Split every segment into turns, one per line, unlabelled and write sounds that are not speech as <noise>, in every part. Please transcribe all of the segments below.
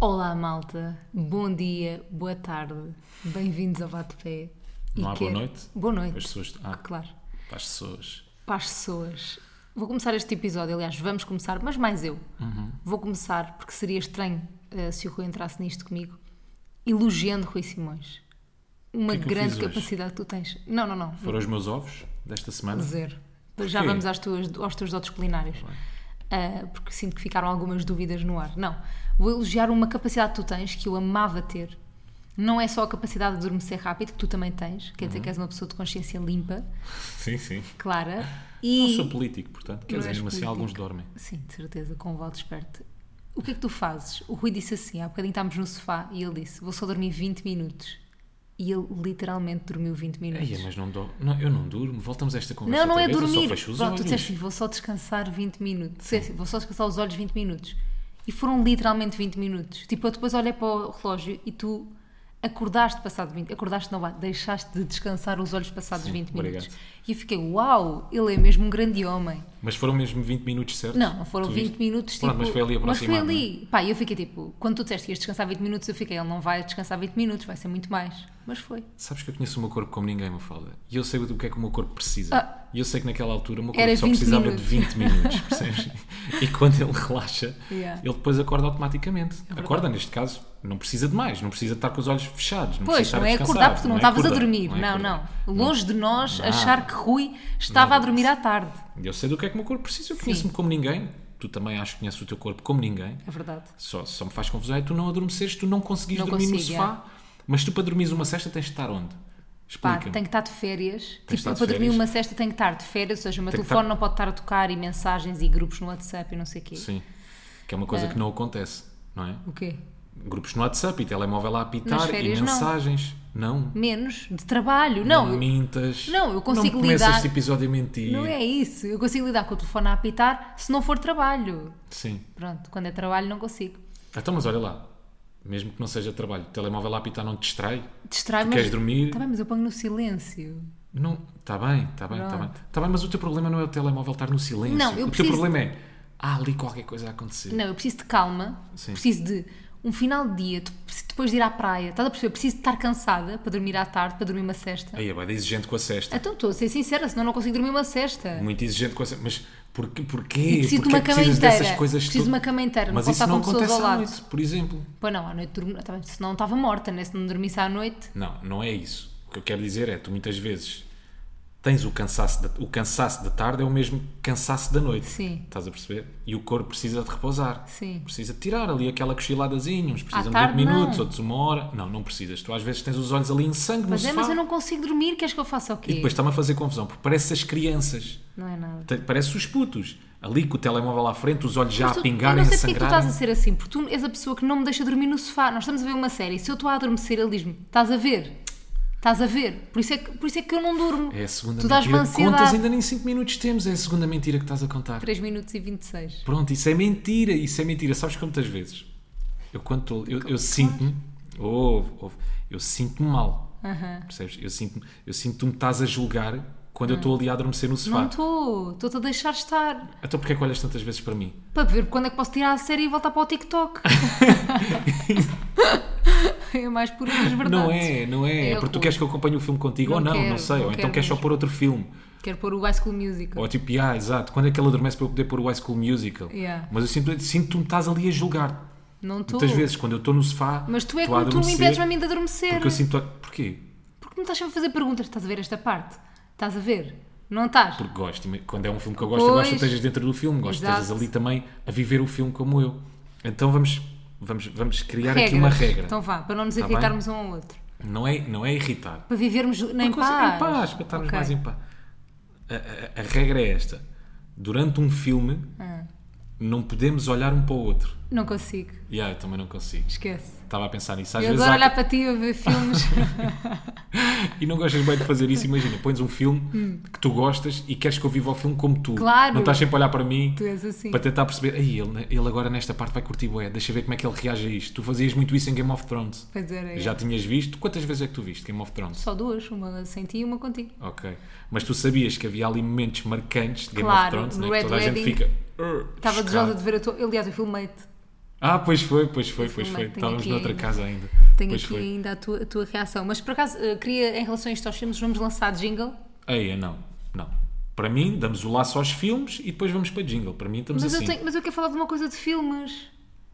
Olá, malta. Bom dia, boa tarde. Bem-vindos ao Bate-Pé. E
Não há boa
quero-
noite?
Boa noite.
As pessoas. Ah,
Claro.
para as pessoas.
Para as pessoas. Vou começar este episódio, aliás, vamos começar, mas mais eu.
Uhum.
Vou começar, porque seria estranho eh, se o Rui entrasse nisto comigo, elogiando Rui Simões. Uma
que é que eu
grande
fiz hoje?
capacidade que tu tens. Não, não, não.
Foram os meus ovos desta semana?
Zero. Já
Porquê?
vamos às tuas, aos teus dotes culinários. Ah, porque sinto que ficaram algumas dúvidas no ar. Não. Vou elogiar uma capacidade que tu tens que eu amava ter. Não é só a capacidade de adormecer rápido, que tu também tens. Quer dizer que és uma pessoa de consciência limpa,
<laughs> Sim, sim.
clara.
Uhum. Não
E...
sou político, portanto, quer
Não
dizer,
és
mesmo assim
político.
alguns dormem.
Sim, de certeza, com o voto esperto. O que é que tu fazes? O Rui disse assim, há bocadinho estávamos no sofá e ele disse, vou só dormir 20 minutos. E ele literalmente dormiu 20 minutos.
Eia, mas não dou. Não, eu não durmo. Voltamos a esta conversa.
Não, não
outra
é
vez, Eu
dormir.
só fecho os
Pronto, tu
olhos.
disseste assim, vou só descansar 20 minutos. Disseste, vou só descansar os olhos 20 minutos. E foram literalmente 20 minutos. Tipo, eu depois olhei para o relógio e tu acordaste passado 20 Acordaste, não vá, deixaste de descansar os olhos passados
Sim,
20 minutos.
obrigado.
E eu fiquei, uau, ele é mesmo um grande homem.
Mas foram mesmo 20 minutos certos?
Não, não foram
Tu
20
viste?
minutos, tipo...
Pronto, mas foi ali
mas foi
aproximado, é?
ali. Pá, eu fiquei tipo, quando tu disseste que ias descansar 20 minutos, eu fiquei, ele não vai descansar 20 minutos, vai ser muito mais. Mas foi.
Sabes que eu conheço o meu corpo como ninguém, me fala. E eu sei do que é que o meu corpo precisa.
Ah.
E eu sei que naquela altura o meu
Era
corpo só
20
precisava de
minutos.
20 minutos, percebes? e quando ele relaxa,
Yeah. É
ele depois acorda automaticamente. acorda, neste caso, não precisa de mais, não precisa de estar com os olhos fechados. Não
Pois,
precisa
não
estar a
é
descansar,
acordar porque tu não
é
estavas a
acordar,
dormir.
é
Não, não.
acordar. Ah.
Longe de nós
Nada.
achar que Rui estava a
Nada
dormir à tarde.
E Eu sei do que é que o meu corpo precisa, eu conheço-me como ninguém. Tu também acho que conheces o teu corpo como ninguém.
É verdade.
Só, só me faz confusão é tu não adormeceres, tu não conseguires
Não
dormir
consigo, é.
no sofá. Mas tu para dormires uma cesta tens de estar onde?
Pá,
Explica-me.
tem que estar de férias.
que
tipo,
estar
eu
de
para dormir
férias.
uma cesta tenho que estar de férias, ou seja, o meu
Tem que
telefone
estar-
não pode estar a tocar e mensagens e grupos no WhatsApp e não sei o quê.
Sim. Que é uma coisa que não acontece, não é?
O quê?
Grupos no WhatsApp e telemóvel a
Nas
apitar e
férias, não.
mensagens. Não.
Menos de trabalho. Não, eu-
mintas.
não, eu consigo
Não começas
lidar-
este episódio a mentir.
não é isso. Eu consigo lidar com o telefone a apitar se não for trabalho.
Sim.
Pronto, quando é trabalho não consigo.
Então, mas olha lá. Mesmo que não seja trabalho, o telemóvel a apitar não te distrai?
Distrai,
Tu
mas.
queres dormir?
Tá bem, mas eu ponho no silêncio.
Não, está bem, está bem, está bem.
Pronto.
Está bem, mas o teu problema não é o telemóvel estar no silêncio.
Não, eu
o
preciso-
teu problema é há ali qualquer coisa a acontecer.
Não, eu preciso de calma,
Sim.
preciso de um final de dia, tu- preciso depois de ir à praia, estás a perceber? Preciso de estar cansada para dormir à tarde, para dormir uma cesta.
Aí é bem exigente com a cesta.
Então estou a ser sincera, senão não consigo dormir uma cesta.
Muito exigente com a cesta. Mas porquê? porquê?
E preciso de
Porquê
uma
é que
cama
precisas
inteira.
dessas coisas
preciso de
tudo?
uma cama inteira, não
Mas
posso
isso
estar
não
com pessoas
acontece
ao
à
lado.
noite, por exemplo.
Pois não, à noite dormi, tá bem, senão estava morta, né? se não dormisse à noite.
Não, não é isso. O que eu quero dizer é, tu muitas vezes tens o cansaço da, o cansaço da tarde é o mesmo cansaço da noite.
Sim.
Estás a perceber? E o corpo precisa de repousar.
Sim.
Precisa de tirar ali aquela cochiladazinha, uns precisam de
tarde,
8
não.
minutos,
é?
outros uma hora. Não, não precisas. Tu às vezes tens os olhos ali em sangue
Mas
no
é,
sofá.
mas eu não consigo dormir, queres que eu faça o quê?
E depois tá está-me a fazer confusão, porque parece as crianças,
Não é nada.
Te- parece os putos. Ali com o telemóvel à frente, os olhos já
Mas tu-
a pingarem,
eu
a
não
né?
sei porque é que tu estás a
sangrarem.
ser assim, porque tu és a pessoa que não me deixa dormir no sofá. Nós estamos a ver uma série e se eu estou a adormecer, ele diz-me: estás a ver? Estás a ver? Por isso é que, por isso é que eu não durmo.
É a segunda
Tu dás-me
mentira.
ansiedade.
Contas ainda nem 5 minutos temos, é a segunda mentira que estás a contar.
3 minutos e 26.
Pronto, isso é mentira, isso é mentira. Sabes quantas vezes? Eu quando tô- eu, eu sinto-me, ouve, ouve, eu sinto-me mal. Percebes? Eu sinto-me, eu sinto que tu me estás a julgar quando eu estou ali a adormecer no
Hum. Não
sofá.
estou, estou-te a deixar estar.
Então porquê é que olhas tantas vezes para mim?
Para ver quando é que posso tirar a série e voltar para o
<laughs>
TikTok. é mais por as verdades.
Não é, não é.
É
É porque tu
horror.
queres que eu acompanhe o filme contigo
Não
ou não,
quero,
não sei.
não
ou
quero
então queres só
mesmo.
pôr outro filme.
Quero pôr o High School Musical.
Ou tipo, ah, exato, quando é que ele adormece para eu poder pôr o High School Musical?
Yeah.
Mas eu sinto, sinto que tu me estás ali a julgar.
Não estou.
Muitas vezes, quando eu estou no sofá,
Mas tu é
estou a
como tu me
adormecer,
impedes a mim de adormecer.
Porque eu sinto. Porquê?
Porque me estás sempre a fazer perguntas. Estás a ver esta parte? Estás a ver? Não estás?
Porque gosto, e quando é um filme que eu gosto, eu
Pois.
gosto que estejas dentro do filme, gosto que estejas
Exato.
ali também a viver o filme como eu. Então vamos, vamos, vamos criar aqui uma regra.
Então vá, para não nos
Tá bem?
irritarmos um ao outro.
Não, é, não é irritar.
Para vivermos nem
Uma coisa-
paz.
Em paz, para estarmos
Ok.
mais em paz. A, a- a regra é esta: durante um filme,
Ah.
não podemos olhar um para o outro.
Não consigo,
E ah, eu também não consigo.
esquece.
Estava a pensar nisso. Às
eu
vezes
adoro
há-
olhar para ti a ver
<laughs>
filmes.
E não gostas bem de fazer isso, imagina, pões
<laughs>
um filme que tu gostas e queres que eu viva o filme como tu.
Hum. Claro.
Não estás sempre a olhar para mim
Tu és assim.
para tentar perceber. Aí ele, ele agora nesta parte vai curtir bué, deixa ver como é que ele reage a isto. Tu fazias muito isso em Game of Thrones.
Pois era, é.
Já tinhas visto? Quantas vezes é que tu viste Game of Thrones?
Só duas, uma sem ti e uma contigo.
Ok. Mas tu sabias que havia ali momentos marcantes de Game
Claro,
of Thrones,
no
né? que
Red
toda a gente
Wedding.
fica. "Ur,
Estava
chocado."
desejosa de ver a tua. Aliás, eu filmei-te.
Ah, pois foi, pois foi,
Esse
pois foi.
momento tenho
Estávamos
aqui
noutra
ainda.
casa ainda.
Tenho
pois
aqui ainda a tua, a tua reação. Mas por acaso, eh, queria, em relação a isto aos filmes, vamos lançar jingle.
foi. Eia, não, não. Para mim, damos o laço aos filmes e depois vamos para jingle. Para mim, estamos
Mas,
assim.
eu, tenho, mas eu quero falar de uma coisa de filmes.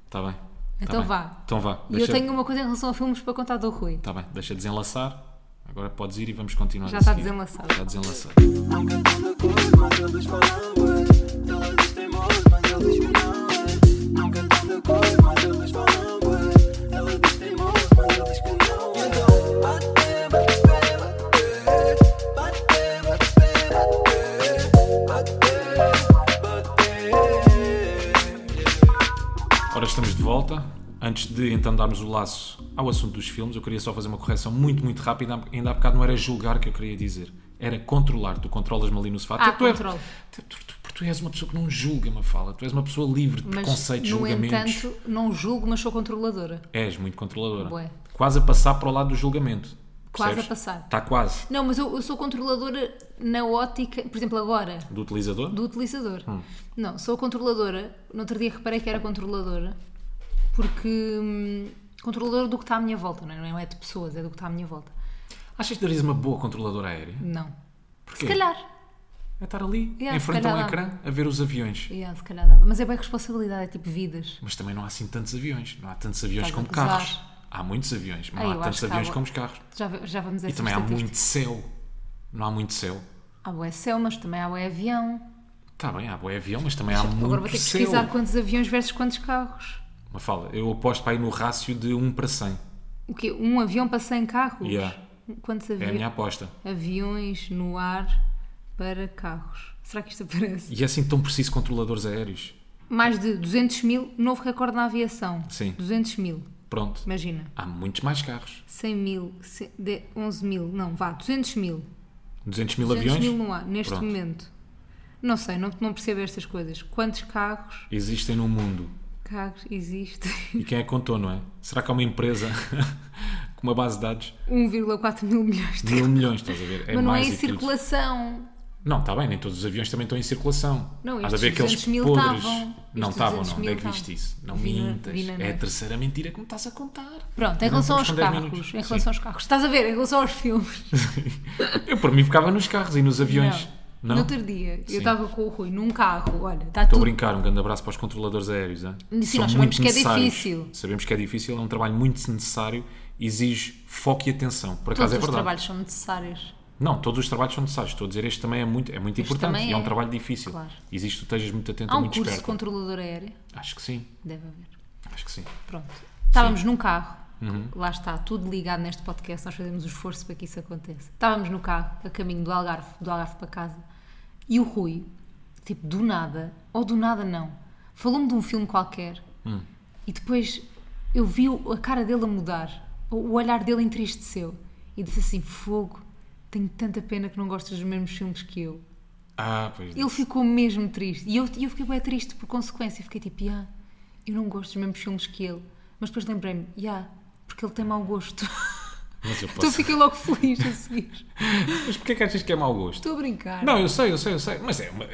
Está bem. Tá
Então
bem.
vá.
Então vá.
E eu tenho uma coisa em relação a filmes para contar do Rui.
Está bem, deixa desenlaçar. Agora podes ir e vamos continuar.
Já
a
está
seguir.
desenlaçado.
Está desenlaçado.
Nunca tanta coisa, mas eles falam bué. Elas dizem moço, mas eles que não é. Nunca tanta coisa, mas eles falam bué. Elas dizem moço, mas eles que não é. Então, bate, bate, bate, bate, bate, bate, bate, bate, bate.
Ora, estamos de volta. Antes de então darmos o laço ao assunto dos filmes, eu queria só fazer uma correção muito, muito rápida. Ainda há bocado não era julgar que eu queria dizer. Era controlar. Tu controlas-me ali no sofá.
Ah,
Tu- tu é-
controlo.
tu, tu, tu, porque tu és uma pessoa que não julga, uma fala. Tu és uma pessoa livre de
Mas,
preconceitos,
no
julgamentos.
entanto, não julgo, mas sou controladora.
És muito controladora.
Bué.
Quase a passar para o lado do julgamento.
Quase a passar.
Está quase.
Não, mas eu, eu sou controladora na ótica, por exemplo, agora,
Do utilizador?
do utilizador.
Hum.
Não, sou controladora. No outro dia reparei que era controladora, porque. hum, controladora do que está à minha volta, não é? Não é de pessoas, é do que está à minha volta.
Achas que darias uma boa controladora aérea?
Não.
Porquê?
Se calhar.
É estar ali,
Yeah,
em
se
frente a um
calhar
ecrã, a ver os aviões.
Yeah, se calhar dava. Mas é bem responsabilidade, é tipo vidas.
Mas também não há assim tantos aviões. Não há tantos aviões
Estás
como
a gozar.
carros. Há muitos aviões, mas
Ah,
não há
eu
tantos
acho que
aviões
há-
como os carros.
Já, já vamos a
E
essa
também há
estatística.
muito céu. Não há muito céu.
Há bué céu, mas também há bué avião.
Está bem, há boa avião, mas também há
Agora vou ter
muito
que
céu.
pesquisar quantos aviões versus quantos carros.
Mas fala, eu aposto para ir no rácio de 1 para 100.
O quê? Um avião para 100 carros?
Yeah.
Quantos
É a
aviões?
minha aposta.
Aviões no ar para carros. Será que isto aparece?
E é assim tão preciso controladores aéreos.
Mais de 200 mil, novo recorde na aviação.
Sim.
200 mil,
Pronto.
imagina.
Há muitos mais carros.
100 mil, ce- de- 11 mil, não, vá, 200 mil.
200 mil
200
aviões
mil no ar, neste
Pronto.
momento. Não sei, não, não percebo estas coisas. Quantos carros,
existem no mundo.
carros existem? <laughs>
E quem é que contou, não é? Será que há uma empresa <laughs> com uma base
<laughs>
de dados
1,4 mil milhões de
de mil milhões, estás a ver? É
Mas não é
mais
em
e tudo.
circulação.
não, está bem, nem todos os aviões também estão em circulação.
Não,
Há de
estes
haver aqueles
200 mil
podres.
estavam.
Não
Estes
estavam,
200
não. Onde é
mil
que viste isso? Não
Vi na-
mintas.
vi na
é a
net.
terceira mentira que me estás a contar.
Pronto, em
Não
relação aos
vamos com 10
carros.
minutos.
Em relação aos carros. Estás a ver? Em relação aos filmes.
Eu, por mim, ficava nos carros e nos aviões. Não?
No outro dia,
Sim.
eu estava com o Rui num carro, olha, está
Estou a
tudo.
brincar, um grande abraço para os controladores aéreos. Hein?
Sim, nós sabemos que é difícil.
Sabemos que é difícil, é um trabalho muito necessário, exige foco e atenção. Por
Todos os
acaso é verdade.
trabalhos são necessários.
Não, todos os trabalhos são necessários. Estou a dizer, este também é muito, é muito
Este
importante
também
e é um
é.
trabalho difícil.
Claro.
Existe, tu estejas muito atento
Há
e
um
muito
curso de
esperto.
controlador aéreo.
Acho que sim,
Deve haver.
acho que sim.
Pronto. Estávamos num carro. Lá está, tudo ligado neste podcast. Nós fazemos o esforço para que isso aconteça. Estávamos no carro, a caminho do Algarve, do Algarve para casa. E o Rui, tipo, do nada, ou do nada não, falou-me de um filme qualquer. E depois eu vi o- a cara dele a mudar. O o olhar dele entristeceu. E disse assim, fogo, tenho tanta pena que não gostas dos mesmos filmes que eu.
Ah, pois
Ele ficou mesmo triste. E eu, e eu fiquei bem triste por consequência. Fiquei tipo, ah, eu não gosto dos mesmos filmes que ele. Mas depois lembrei-me, ah, porque ele tem mau gosto.
Mas eu
Então
posso.
fiquei logo feliz a seguir.
Mas porquê é que achas que é mau gosto?
Estou a brincar.
Não, eu sei, eu sei, eu sei. Mas é. uma-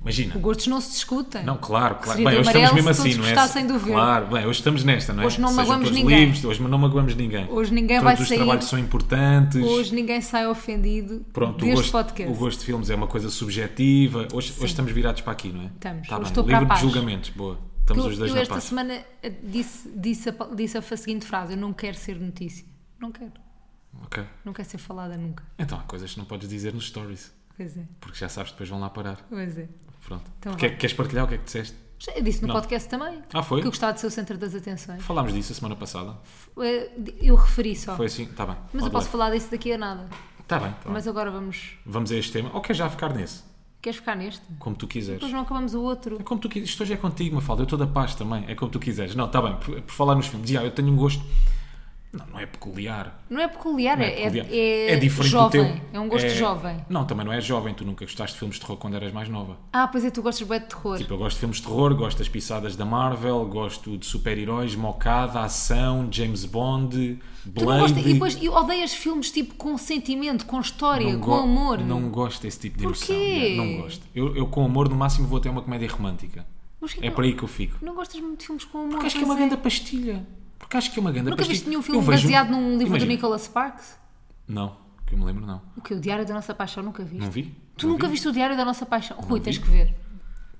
Imagina.
Gostos não se discutem.
Não, claro, claro.
seria
Bem,
do
hoje estamos
amarelo
mesmo
se
assim,
todos
não é?
gostassem do verde.
Claro, bem, hoje estamos nesta, não é?
Hoje não
Sejam
magoamos
todos
ninguém.
livres, hoje não magoamos ninguém.
Hoje ninguém
Todos
vai
os
sair-
trabalhos são importantes.
Hoje ninguém sai ofendido
Pronto, o
deste
gosto,
podcast.
o gosto de filmes é uma coisa subjetiva. Hoje, hoje estamos virados para aqui, não é?
Estamos.
Tá
Hoje
bem.
estou para
Livre
a paz.
de julgamentos, boa. Estamos
eu,
os dois
eu
na
esta
paz.
semana eh, disse, disse, a, pa- disse a fa- seguinte frase: Eu não quero ser notícia. Não quero.
Ok.
Não quero ser falada nunca.
Então há coisas que não podes dizer nos stories,
Pois é,
porque já sabes que depois vão lá parar.
pois é.
Pronto.
Então
Quer-
vá.
queres partilhar o que é que disseste?
Já- Eu disse no
Não.
podcast também
Ah, foi?
que eu gostava de ser o centro das atenções.
Falámos disso a semana passada.
Eh, Eu referi só.
Foi assim, está bem.
Mas eu posso falar desse daqui a nada.
Está bem, tá bem.
Mas agora vamos.
Vamos a este tema. Ok, já a ficar nesse.
Queres ficar neste?
Como tu quiseres.
Depois não acabamos o
É
outro.
como tu quiseres. Isto hoje é contigo, Mafalda. Eu estou da paz também. É como tu quiseres. Não, está bem. Por, por falar nos filmes. Já, eu tenho um gosto... Não, não é peculiar.
Não é peculiar,
Não
é,
peculiar.
é,
É diferente
jovem.
do teu.
É um gosto
É-
jovem.
Não, também não é jovem. Tu nunca gostaste de filmes de terror quando eras mais nova.
Ah, pois é, tu gostas bem de terror.
Tipo, eu gosto de filmes de terror, gosto das pisadas da Marvel, gosto de super-heróis, mocada, ação, James Bond,
tu não gostas.
Blade.
E depois eu odeias filmes tipo com sentimento, com história, com
go-
amor.
Não gosto desse tipo de
Porquê?
emoção. yeah, Não gosto. Eu, eu com amor, no máximo, vou até uma comédia romântica.
Mas porquê
É
que
por
não,
aí que eu fico.
não gostas muito de filmes com humor?
Porque acho que é
pois
uma grande pastilha. Porque acho que é uma grande
Nunca
pastilha.
viste nenhum
Eu
filme
vejo-
baseado num livro do
Imagina.
Nicholas Sparks?
Não, que eu me lembro, não.
O que? O Diário da Nossa Paixão? Nunca viste?
Não vi?
Tu
Não
nunca
vi.
viste o Diário da Nossa Paixão? Rui,
vi.
tens que ver.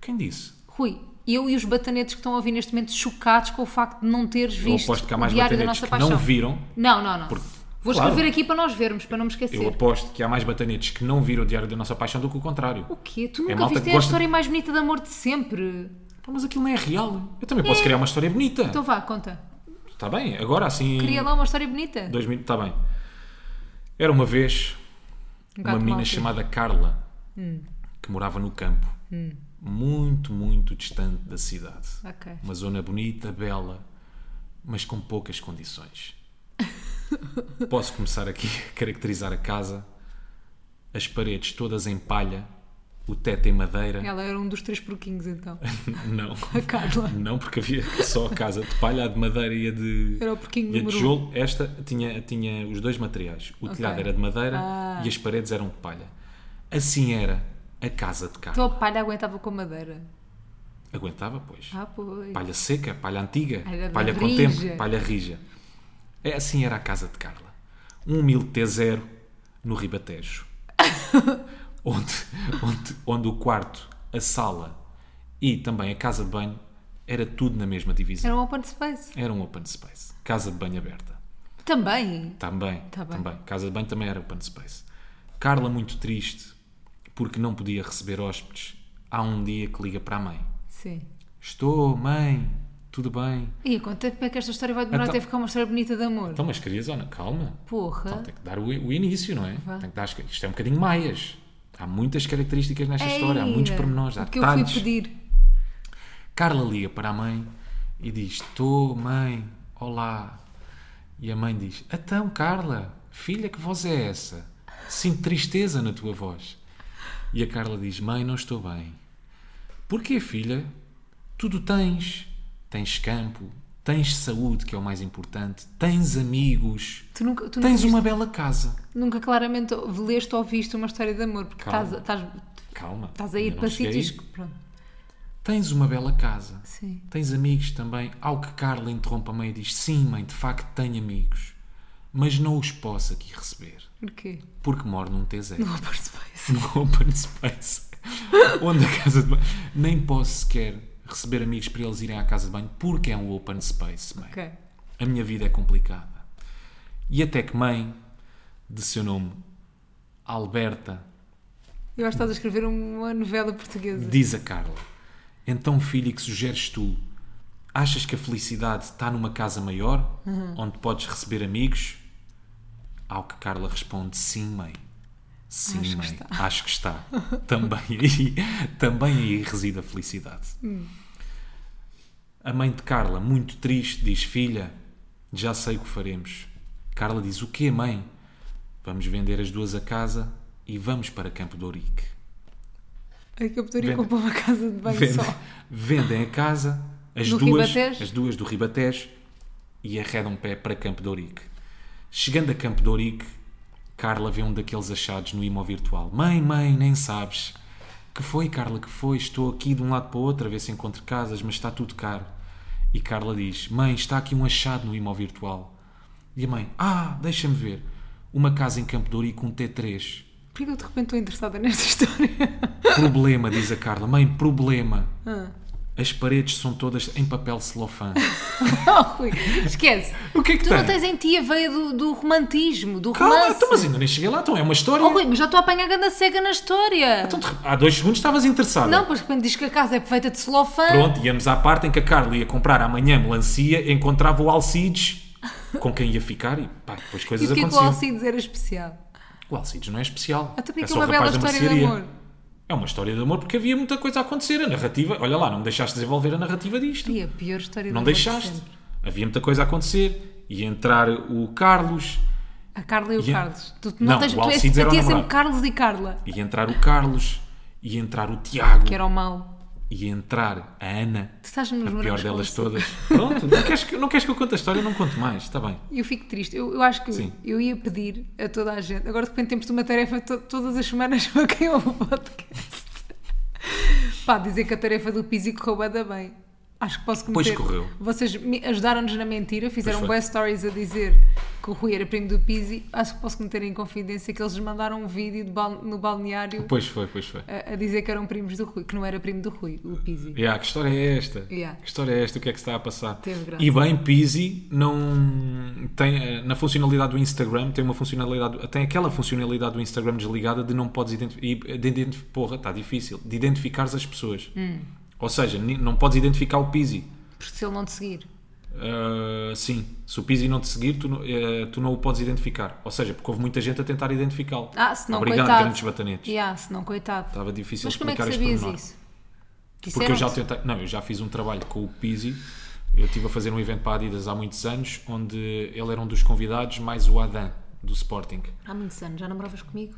Quem disse?
Rui, eu e os batanetes que estão a ouvir neste momento chocados com o facto de não teres
Eu
visto
aposto que há
o
mais
Diário da
batanetes
Nossa
que
Paixão.
não viram.
Não, não, não.
Porque-
Vou
Claro.
escrever aqui para nós vermos, para não me esquecer.
Eu aposto que há mais batanetes que não viram o Diário da Nossa Paixão do que o contrário.
O quê? Tu
É
nunca
malta
viste
que
é a
gosta-
história mais bonita de amor de sempre.
Pá, Mas aquilo não é real. Eu também posso criar uma história bonita.
Então vá, conta.
Está bem, agora assim.
Cria lá uma história bonita.
Dois minutos, está bem. Era uma vez
Um
uma
gato Hum.
menina
mau,
chamada Carla que morava no campo, muito, muito distante da cidade.
Hum. Ok.
Uma zona bonita, bela, mas com
<laughs>
poucas condições. Posso começar aqui a caracterizar a casa, as paredes todas em palha, o teto em madeira.
Ela era um dos três porquinhos
<laughs>
então.
Não.
A Carla.
Não, porque havia só a casa de palha, a de madeira e a de.
Era o porquinho
E a
número um.
tijolo, esta tinha, tinha os dois materiais. O telhado era de madeira
Ah.
e as paredes eram de palha. Assim era a casa de
Então
Carla.
a palha aguentava com madeira.
Aguentava, pois.
Ah, pois.
Palha seca, palha antiga,
Palha
palha,
de
com
rija.
tempo, palha rija. É assim era a casa de Carla. Um humilde T0
<laughs>
no Ribatejo. onde, onde, onde o quarto, a sala e também a casa de banho era tudo na mesma divisão.
Era um open space.
Era um open space. Casa de banho aberta.
Também.
Também,
Tá bem.
também. Casa de banho também era open space. Carla muito triste porque não podia receber hóspedes. Há um dia que liga para a mãe.
Sim.
Estou, mãe, tudo bem.
E quanto tempo é que esta história vai demorar
Então-
até ficar uma história bonita de amor?
Então, mas querias, Ana, calma. Então,
Porra.
tem que dar o, o início, não é?
Vá.
Tem que dar, as- isto é um bocadinho maias. Há muitas características nesta
Ei,
história, há muitos pormenores, há
É O que eu fui
detalhes.
pedir.
Carla liga para a mãe e diz: Estou, mãe, olá. E a mãe diz: Então, Carla, filha, que voz é essa? Sinto tristeza na tua voz. E a Carla diz: Mãe, não estou bem. Porquê, filha? Tudo tens. Tens campo, tens saúde, que é o mais importante, tens amigos,
Tu nunca, tu
tens
nunca,
uma bela casa.
nunca claramente leste ou ouviste uma história de amor, porque
Calma.
estás, estás,
Calma.
estás a
ainda
ir
não
para
cheguei.
sítios que. Pronto.
Tens uma bela casa.
Sim.
Tens amigos também? Ao que Carla interrompe a mãe e diz: Sim, mãe, de facto tenho amigos, mas não os posso aqui receber,
Porquê?
porque moro num
<laughs>
T0,
No open space.
<laughs> num open space, onde a casa de banho. Nem posso sequer receber amigos para eles irem à casa de banho, porque é um open space, mãe.
Ok.
A minha vida é complicada. E até que mãe, de seu nome Alberta,
Eu acho que estás a escrever um, uma novela portuguesa.
Diz a Carla. Então, filho, que sugeres tu? Achas que a felicidade está numa casa maior,
Uhum.
onde podes receber amigos? Ao que Carla responde: Sim, mãe. Sim,
Acho que
mãe.
está."
Acho que está.
<laughs>
também, aí, também aí reside a felicidade.
Hum.
A mãe de Carla, muito triste, diz: Filha, já sei o que faremos. Carla diz: O quê, mãe? Vamos vender as duas a casa e vamos para Campo de Ourique.
A captura
Vende-
comprou uma casa de banho
Vende-
só.
vendem a casa, as
Do
duas,
Ribatejo?
as duas do Ribatejo e arredam um pé para Campo de Ourique. Chegando a Campo de Ourique, Carla vê um daqueles achados no imóvel virtual. Mãe, mãe, nem sabes. Que foi, Carla, que foi? Estou aqui de um lado para o outro a ver se encontro casas, mas está tudo caro. E Carla diz: Mãe, está aqui um achado no imóvel virtual. E a mãe: Ah, deixa-me ver. Uma casa em Campo de Ourique, um T3.
Porquê que eu de repente estou interessada nesta história? <laughs>
Problema, diz a Carla. Mãe, problema. As paredes são todas em papel celofã.
Oh, Rui, esquece.
<laughs> O que é que
tu
tem?
não tens em ti a veia do, do romantismo, do
Calma,
romance.
então, mas ainda nem cheguei lá. Então é uma história.
Oh, Rui, mas já estou a apanhar ganda cega na história.
Então, de rep- há dois segundos estavas interessado.
Não, pois quando diz que a casa é feita de celofã.
Pronto, íamos à parte em que a Carla ia comprar amanhã melancia, encontrava o Alcides, com quem ia ficar e pá,
<laughs>
depois
E
coisas
porquê que o
aconteciam.
Alcides era especial?
O Alcides não é especial.
Até porque
é
é,
só
uma
o
bela
rapaz da
história de
mercearia.
amor.
É uma história de amor porque havia muita coisa a acontecer. A narrativa, olha lá, não me deixaste desenvolver a narrativa disto.
E a pior história de
Não
amor de
deixaste.
sempre.
Havia muita coisa a acontecer. Ia entrar o Carlos,
A Carla e o
E a-
Carlos. Tu não,
Não,
tens,
o
tu és,
Alcides era
para ti é
o
sempre
namorado.
Carlos e Carla,
ia entrar o Carlos, ia entrar o Tiago,
que era o mau.
ia entrar a Ana,
Tu estás nos
a
morangos
pior
com
delas
açúcar.
todas. Pronto, não queres, que, não queres que eu conte a história? Não conto mais, está bem.
Eu fico triste. Eu, eu acho que
Sim.
eu ia pedir a toda a gente. <laughs> Agora de repente temos de uma tarefa to- todas as semanas para quem ouve o podcast. Pá, dizer que a tarefa do Pizzi correu bué da bem. Acho que posso cometer.
Pois correu.
Vocês me- ajudaram-nos na mentira, fizeram
foi.
boas stories a dizer que o Rui era primo do Pizzi. Acho que posso cometer em confidência que eles lhes mandaram um vídeo de bal- no balneário
Pois foi, pois foi.
a, a dizer que eram primos do Rui, que não era primo do Rui, o Pizzi.
Yeah, que história é esta?
Yeah.
Que história é esta? O que é que se está a passar?
Teve graça.
E bem, Pizzi não tem eh, na funcionalidade do Instagram tem uma funcionalidade tem aquela funcionalidade do Instagram desligada de não podes identificar de identif- porra está difícil de identificares as pessoas.
Hum.
Ou seja, ni- não podes identificar o Pizzi.
Porque se ele não te seguir,
Uh, sim, se o Pizzi não te seguir, tu, não- eh, tu não o podes identificar. Ou seja, porque houve muita gente a tentar identificá-lo.
Ah, se não,
Obrigado,
coitado.
grandes batanetes.
yeah, se não, coitado.
Estava difícil
Mas como é que
explicar
sabias
este pormenor.
isso?
Porque eu já
Disseram-te?
tentei. Não, eu já fiz um trabalho com o Pizzi. Eu estive a fazer um evento para a Adidas há muitos anos, onde ele era um dos convidados, mais o Adam, do Sporting.
Há muitos anos, já namoravas comigo?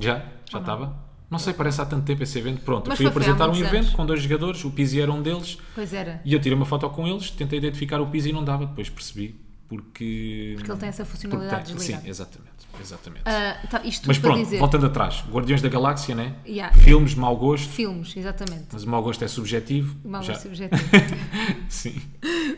Já? Já estava? Não. sei, parece há tanto tempo esse evento. Pronto,
Mas
eu fui
foi, foi há
apresentar um
muitos
evento
anos.
com dois jogadores, o Pizzi era um deles,
Pois era.
e eu tirei uma foto com eles, tentei identificar o Pizzi e não dava, depois percebi. Porque.
Porque ele tem essa
Porque
funcionalidade
tem-
desligada.
Sim, exatamente. exatamente.
Ah, tá, isto tudo
Mas
para
pronto,
dizer.
voltando atrás, Guardiões da Galáxia, né?
Yeah.
Filmes de mau gosto,
Filmes, exatamente.
mas o mau gosto é subjetivo.
Mal
já-
é subjetivo.
<laughs> Sim.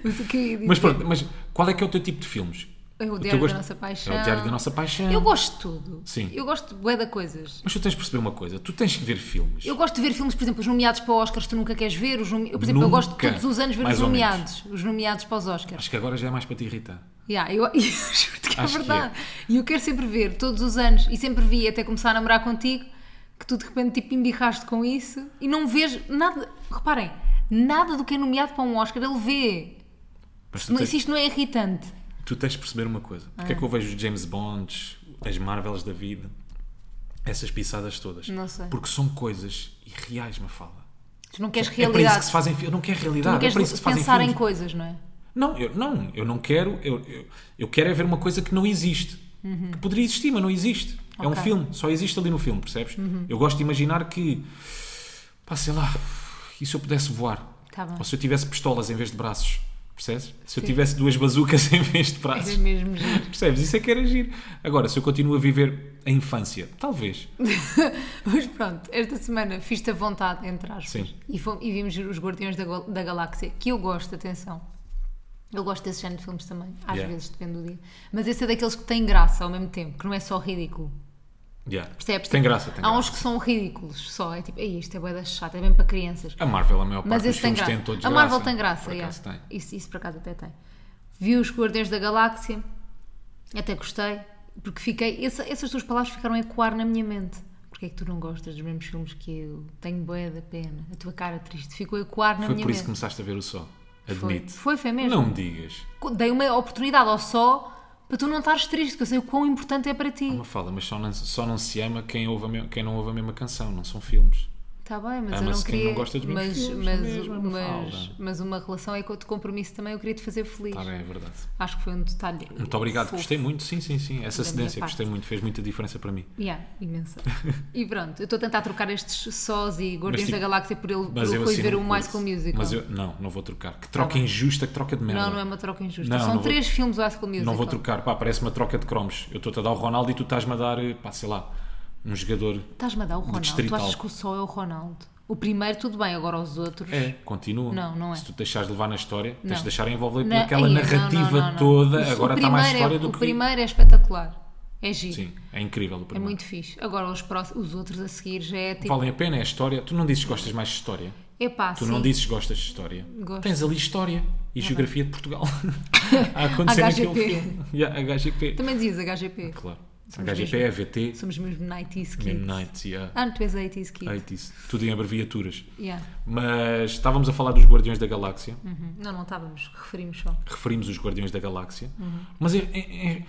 Mas, o que eu ia dizer-
<laughs> Mas pronto, mas qual é que é o teu tipo de filmes?
É o
teu
Diário
gosto-
da Nossa Paixão.
É o Diário da Nossa Paixão.
Eu gosto de tudo.
Sim.
Eu gosto de bué da coisas.
Mas tu tens de perceber uma coisa, tu tens que ver filmes.
Eu gosto de ver filmes, por exemplo, os nomeados para Oscars, tu nunca queres ver. Os nome... eu, por exemplo, eu
Nunca.
gosto todos os anos ver
Mais
os
ou menos.
nomeados. Os nomeados para os Oscars.
Acho que agora já é mais para te irritar.
Yeah, eu <laughs> eu juro-te que é
Acho que
verdade. E eu quero sempre ver, todos os anos, e sempre vi até começar a namorar contigo, que tu de repente tipo, embirraste com isso e não vês nada. Reparem, nada do que é nomeado para um Oscar ele vê.
Mas tu
Não,
tens,
se isto Ah. não é irritante.
tu tens de perceber uma coisa. Porque é que eu vejo os James Bonds, as Marvels da vida, essas pisadas todas?
Não sei.
Porque são coisas irreais, me fala.
Tu não queres
É para isso que
realidade.
se fazem filmes. Eu não quero
tu não
realidade. é para isso
queres
que se fazem
pensar em
filmes.
coisas, não é?
Não, eu não, eu não quero. Eu, eu, eu quero é ver uma coisa que não existe. Que poderia existir, mas não existe. É um
Uhum. Ok. Uhum.
filme, só existe ali no filme, percebes? Eu gosto de imaginar que. Pá, sei lá. E se eu pudesse voar?
Tá bem.
Ou se eu tivesse pistolas em vez de braços? Percebes? Se eu tivesse duas bazucas <laughs> em vez de braços?
É mesmo giro.
Percebes? Isso é que era giro. Agora, se eu continuo a viver a infância, talvez.
Mas pronto, esta semana fiz-te a vontade, entre aspas.
Sim.
E, fom- e vimos os Guardiões da, Gal- da Galáxia, que eu gosto, atenção. Eu gosto desse género de filmes também, às
Yeah.
vezes, depende do dia. Mas esse é daqueles que têm graça ao mesmo tempo, que não é só ridículo.
Yeah.
Percebes?
Tem
Tipo,
graça, tem
Há
graça.
uns que são ridículos só, é tipo, "Ei, isto é boeda chata, é bem para crianças.
A Marvel, a maior parte
Mas
dos
esse tem
filmes
graça.
tem todos
a Marvel
graça.
tem graça,
Por
yeah.
acaso tem.
Isso, isso por acaso até tem. Vi os Guardiões da Galáxia, até gostei, porque fiquei. essa- essas tuas palavras ficaram a ecoar na minha mente. Porquê é que tu não gostas dos mesmos filmes que eu? Tenho boé da pena. A tua cara triste ficou a ecoar na
Foi
minha
por isso que
mente.
começaste a ver o sol.
foi.
Admito.
foi, foi mesmo.
Não me digas.
Dei uma oportunidade ao só para tu não estares triste, que eu sei o quão importante é para ti.
Uma fala, mas só não, só não se ama quem, ouve a me- quem não ouve a mesma canção, não são filmes.
Está Tá bem, mas eu
Ama-se
não
quem
queria.
não gosta dos mesmos
mas,
filmes,
mas,
não é mesmo,
mas,
Mafalda?
mas uma relação é de compromisso também, eu queria te fazer feliz.
Está bem, é verdade.
Acho que foi um detalhe.
Muito obrigado,
fofo.
gostei muito, sim, sim, sim. Essa
Da minha
cedência
parte.
gostei muito, fez muita diferença para mim.
Yeah, imensa. e pronto, eu estou a tentar trocar estes sós e Guardiões
tipo,
da Galáxia por ele por
Mas eu
eu
assino
ver o
um
High
curso.
School Musical. Tá
Mas eu, não, não vou trocar. Que troca injusta, que troca de merda.
Não, não é uma troca injusta.
Não,
São
não vou-
três filmes do High School Musical.
Não vou trocar, pá, parece uma troca de cromos. Eu estou-te a dar o Ronaldo e tu estás-me a dar, eh, pá, sei lá, um jogador.
Estás-me a dar o Ronaldo. Tu
distrital.
achas que o só é o Ronaldo? O primeiro, tudo bem, agora os outros.
É, continua.
Não, não é.
Se tu te deixares levar na história, tens
Não.
de deixar envolver por
Na-
é aquela
Ei, não,
narrativa
não, não, não.
toda.
O- o
Agora está
primeiro
mais
é-
história do
O
que.
primeiro é espetacular. É giro.
Sim, é incrível o
É
primeiro.
muito fixe. Agora os, próximos, os outros a seguir já é tipo.
Valem a pena, é história. Tu não dizes que gostas mais de história.
Epá,
Tu
sim.
não dizes que gostas de história.
Gosto. É
Tens ali história e geografia
<laughs>
de Portugal a acontecer
HGP.
naquele filme. Yeah, HGP.
Também dizias HGP.
Claro.
Somos
HGP, EVT,
Somos mesmo 90s kids.
Midnight, yeah.
Ah, tu és 80s kid.
80s. Tudo em abreviaturas.
Yeah.
Mas estávamos a falar dos Guardiões da Galáxia.
Uhum. Não, não estávamos, referimos só.
Referimos os Guardiões da Galáxia.
Uhum.
Mas é, é- é-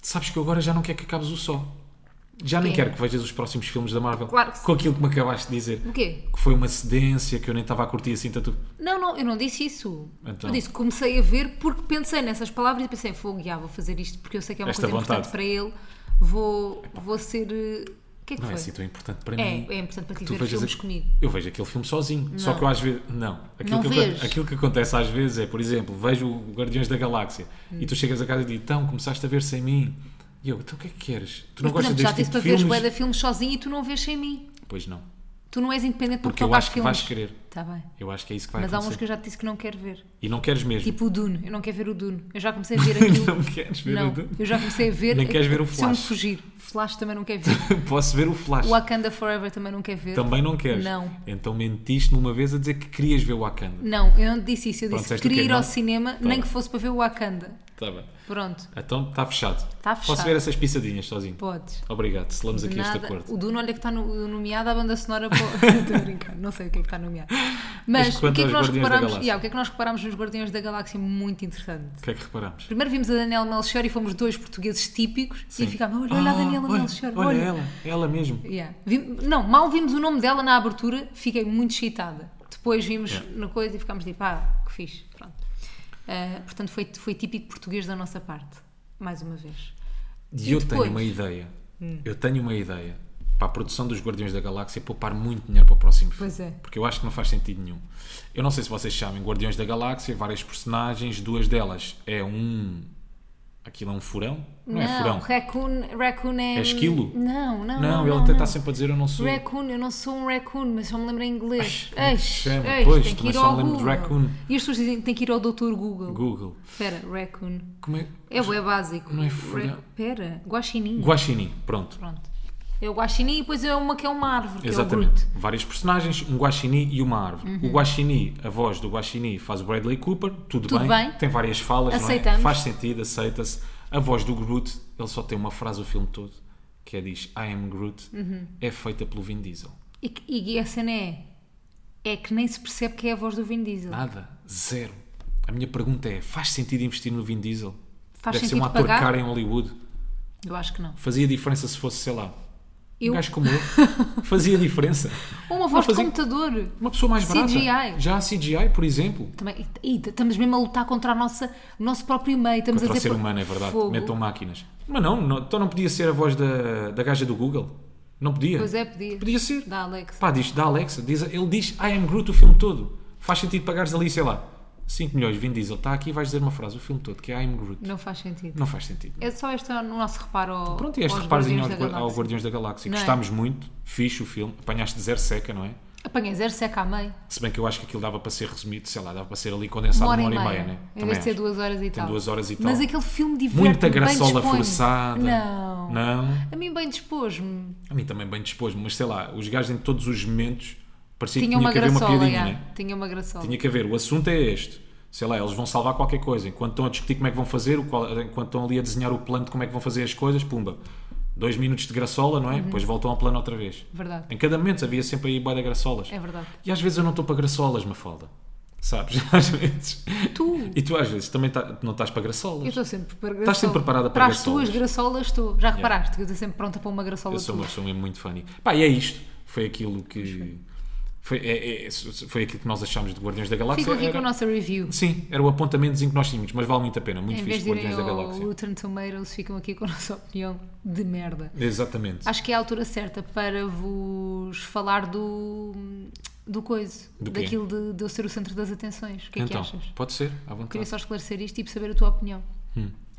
sabes que eu agora já não quero que acabes o só. Já nem
Quê?
quero que vejas os próximos filmes da Marvel
Claro que sim.
com aquilo que me acabaste de dizer.
O quê?
Que foi uma cedência que eu nem estava a curtir assim tanto.
Não, não, eu não disse isso.
Então.
Eu disse que comecei a ver porque pensei nessas palavras e pensei, fogo, já, vou fazer isto porque eu sei que é uma
Esta
coisa
vontade.
importante para ele. Vou, vou ser. eh, O que é que
Não é
foi?
assim tão importante para mim.
é, é importante para ti ver
vejas
filmes
a-
comigo.
Eu vejo aquele filme sozinho. Só
Não.
que eu às vezes. Não. Aquilo,
Não
que, aco-
vês.
aquilo que acontece às vezes é, por exemplo, vejo o Guardiões da Galáxia e
Hum.
tu chegas a casa e diz: Então, começaste a ver sem mim. E eu, então o que é que queres? Tu não
Mas, por
gostas
exemplo, já
deste
disse
tipo
para
de
veres
filmes?
bué de filmes sozinho e tu não vês sem mim.
Pois não.
Tu não és independente porque,
Porque eu
tocas
acho que
filmes.
vais querer.
Tá bem.
Eu acho que é isso que vai
Mas há uns
acontecer.
que eu já te disse que não quero ver.
E não queres mesmo. <laughs>
Tipo o Dune. Eu não quero ver o Dune. Eu já comecei a ver aquilo.
Não queres ver
Não,
o Dune?
Eu já comecei a ver.
Nem queres ver o
Preciso-me
Flash.
fugir. Flash também não quero ver.
<laughs> Posso ver o Flash.
Wakanda Forever também não quero ver.
Também não queres.
Não.
Então mentiste numa vez a dizer que querias ver o Wakanda.
Não, eu não te disse isso. Eu
Pronto,
disse que
disseste o
queria
quê?
ir ao
Não?
cinema, nem
bem.
que fosse para ver o Wakanda.
Está Tá bem.
Pronto,
Então está fechado.
Tá fechado.
Posso ver essas pisadinhas sozinho?
podes.
Obrigado. Selamos
De
aqui este
nada.
acordo.
O Dune, olha que está no- nomeado à banda sonora. para o- <laughs> Estou a brincar, não sei o que é que está nomeado. Mas, o,
quanto
que é que nós
aos Guardiões da
reparámos,
Galáxia?
yeah, o que é que nós reparámos nos Guardiões da Galáxia? Muito interessante.
O que é que reparamos?
Primeiro vimos a Daniela Melchior e fomos dois portugueses típicos e
Sim.
ficámos, olha, olha a
Ah,
Daniela
olha,
Melchior,
Olha,
olha.
ela, ela mesmo.
Yeah. Vim- não, mal vimos o nome dela na abertura, fiquei muito excitada. Depois vimos
Yeah.
na coisa e ficámos tipo, ah, que fixe, pronto. Ah, portanto, foi, foi típico português da nossa parte, mais uma vez.
E,
E
eu
depois?
tenho uma ideia.
Hum.
Eu tenho uma ideia para a produção dos Guardiões da Galáxia poupar muito dinheiro para o próximo filme.
Pois é.
Porque eu acho que não faz sentido nenhum. Eu não sei se vocês sabem, Guardiões da Galáxia, várias personagens, duas delas é um. Aquilo é um furão? Não, é furão.
Raccoon, raccoon é.
É esquilo?
Não, não.
Não,
não,
ele
não,
até tá
não.
está sempre a dizer eu não sou.
Raccoon, eu não sou um raccoon, mas só me lembro em inglês.
Ai, como é que
Eish,
se chama?
eish,
Pois,
tem que
também
ir
só
ao
me lembro
Google.
de raccoon.
E as pessoas dizem que tem que ir ao Dr. Google.
Google.
Espera, raccoon.
Como é?
É o é básico.
Não é folha.
Ra- Pera, guaxinim.
Guaxinim, pronto.
Pronto. É o guaxinim e depois é uma que é uma árvore, que é o
Exatamente.
Groot. Uhum.
Várias personagens, um guaxini e uma árvore. O guaxini, a voz do guaxini faz o Bradley Cooper, tudo,
Tudo
bem,
bem.
tem várias falas, não é?
Aceitamos.
faz sentido, aceita-se. A voz do Groot, ele só tem uma frase o filme todo, que é diz I am Groot,
Uhum.
é feita pelo Vin Diesel.
E, que- e a cena é... É que nem se percebe que é a voz do Vin Diesel.
Nada, zero. A minha pergunta é, faz sentido investir no Vin Diesel?
Faz
Deve ser
sentido
um ator
pagar?
caro em Hollywood.
Eu acho que não.
Fazia diferença se fosse, sei lá,
Eu-
um gajo como eu. Fazia diferença.
<laughs> Uma voz de
fazia-
computador.
Uma pessoa mais barata.
CGI.
Já a CGI, por exemplo.
Também, e, e estamos mesmo a lutar contra a nossa, o nosso próprio meio. Estamos
Contra
a
o
dizer
ser
pô,
humano, é verdade.
fogo.
Metam máquinas. Mas não, não- então não podia ser a voz da, da gaja do Google? Não podia?
Pois é, podia.
Podia ser.
Da Alex.
Pá, diz, da Alexa. Diz, ele diz I am Groot o filme todo. Faz sentido pagares ali, sei lá, 5 milhões, Vin Diesel. Está aqui e vais dizer uma frase o filme todo, que é I am Groot. Não,
Não faz sentido.
faz sentido.
É só este o nosso reparo ao,
Hum. Pronto, e este
aos
reparzinho
Guardiões
aos
da
Guar- ao,
Galáxia.
Guardiões da Galáxia.
Não é?
Gostámos muito. Fixe o filme. Apanhaste zero seca, não é?
Apanhei zero seca à meio.
Se bem que eu acho que aquilo dava para ser resumido, sei lá, dava para ser ali condensado
Uma hora,
numa hora
e meia.
né?
Em
Também
vez de ser
acho.
duas horas e
Tem
tal.
duas horas e tal.
Mas aquele filme diverte
Muita graçola
bem
forçada.
Não.
Não.
A mim bem dispôs-me.
A mim também bem disposto, mas sei lá, os gajos em todos os momentos parecia
Tinha,
que tinha
uma
que haver uma
graçola,
piadinha,
já.
né?
Tinha uma graçola.
Tinha que haver, o assunto é este. Sei lá, eles vão salvar qualquer coisa. Enquanto estão a discutir como é que vão fazer, o qual- enquanto estão ali a desenhar o plano de como é que vão fazer as coisas, pumba. Dois minutos de graçola, não é? Depois voltam ao plano outra vez.
Uhum. Verdade.
Em cada momento havia sempre aí boia de graçolas.
É verdade.
E às vezes eu não estou para graçolas, Mafalda. Sabes? <laughs> Às vezes.
Tu.
E tu às vezes também tá- não estás para graçolas.
Eu estou sempre para graçola.
Estás sempre preparada para
Para as
graçolas.
tuas graçolas estou. Já reparaste que eu estou sempre pronta para uma graçola
Eu sou uma
tua.
pessoa mesmo muito funny. Pá, e é isto. Foi aquilo que. Foi, é- é- foi aquilo que nós achámos de Guardiões da Galáxia.
Fico aqui
Era-
com a nossa review.
Sim, era o apontamentozinho que nós tínhamos, mas vale muito a pena. Muito
Em vez
fixe,
de irem
Guardiões da
ao
Galáxia.
Lutheran Tomatoes, ficam aqui com a nossa opinião de merda.
Exatamente.
Acho que é a altura certa para vos falar do, do coisa,
Do quê?
daquilo de, de eu ser o centro das atenções. O que é
então,
que achas?
pode ser, à
Queria
vontade.
só esclarecer isto e saber a tua opinião.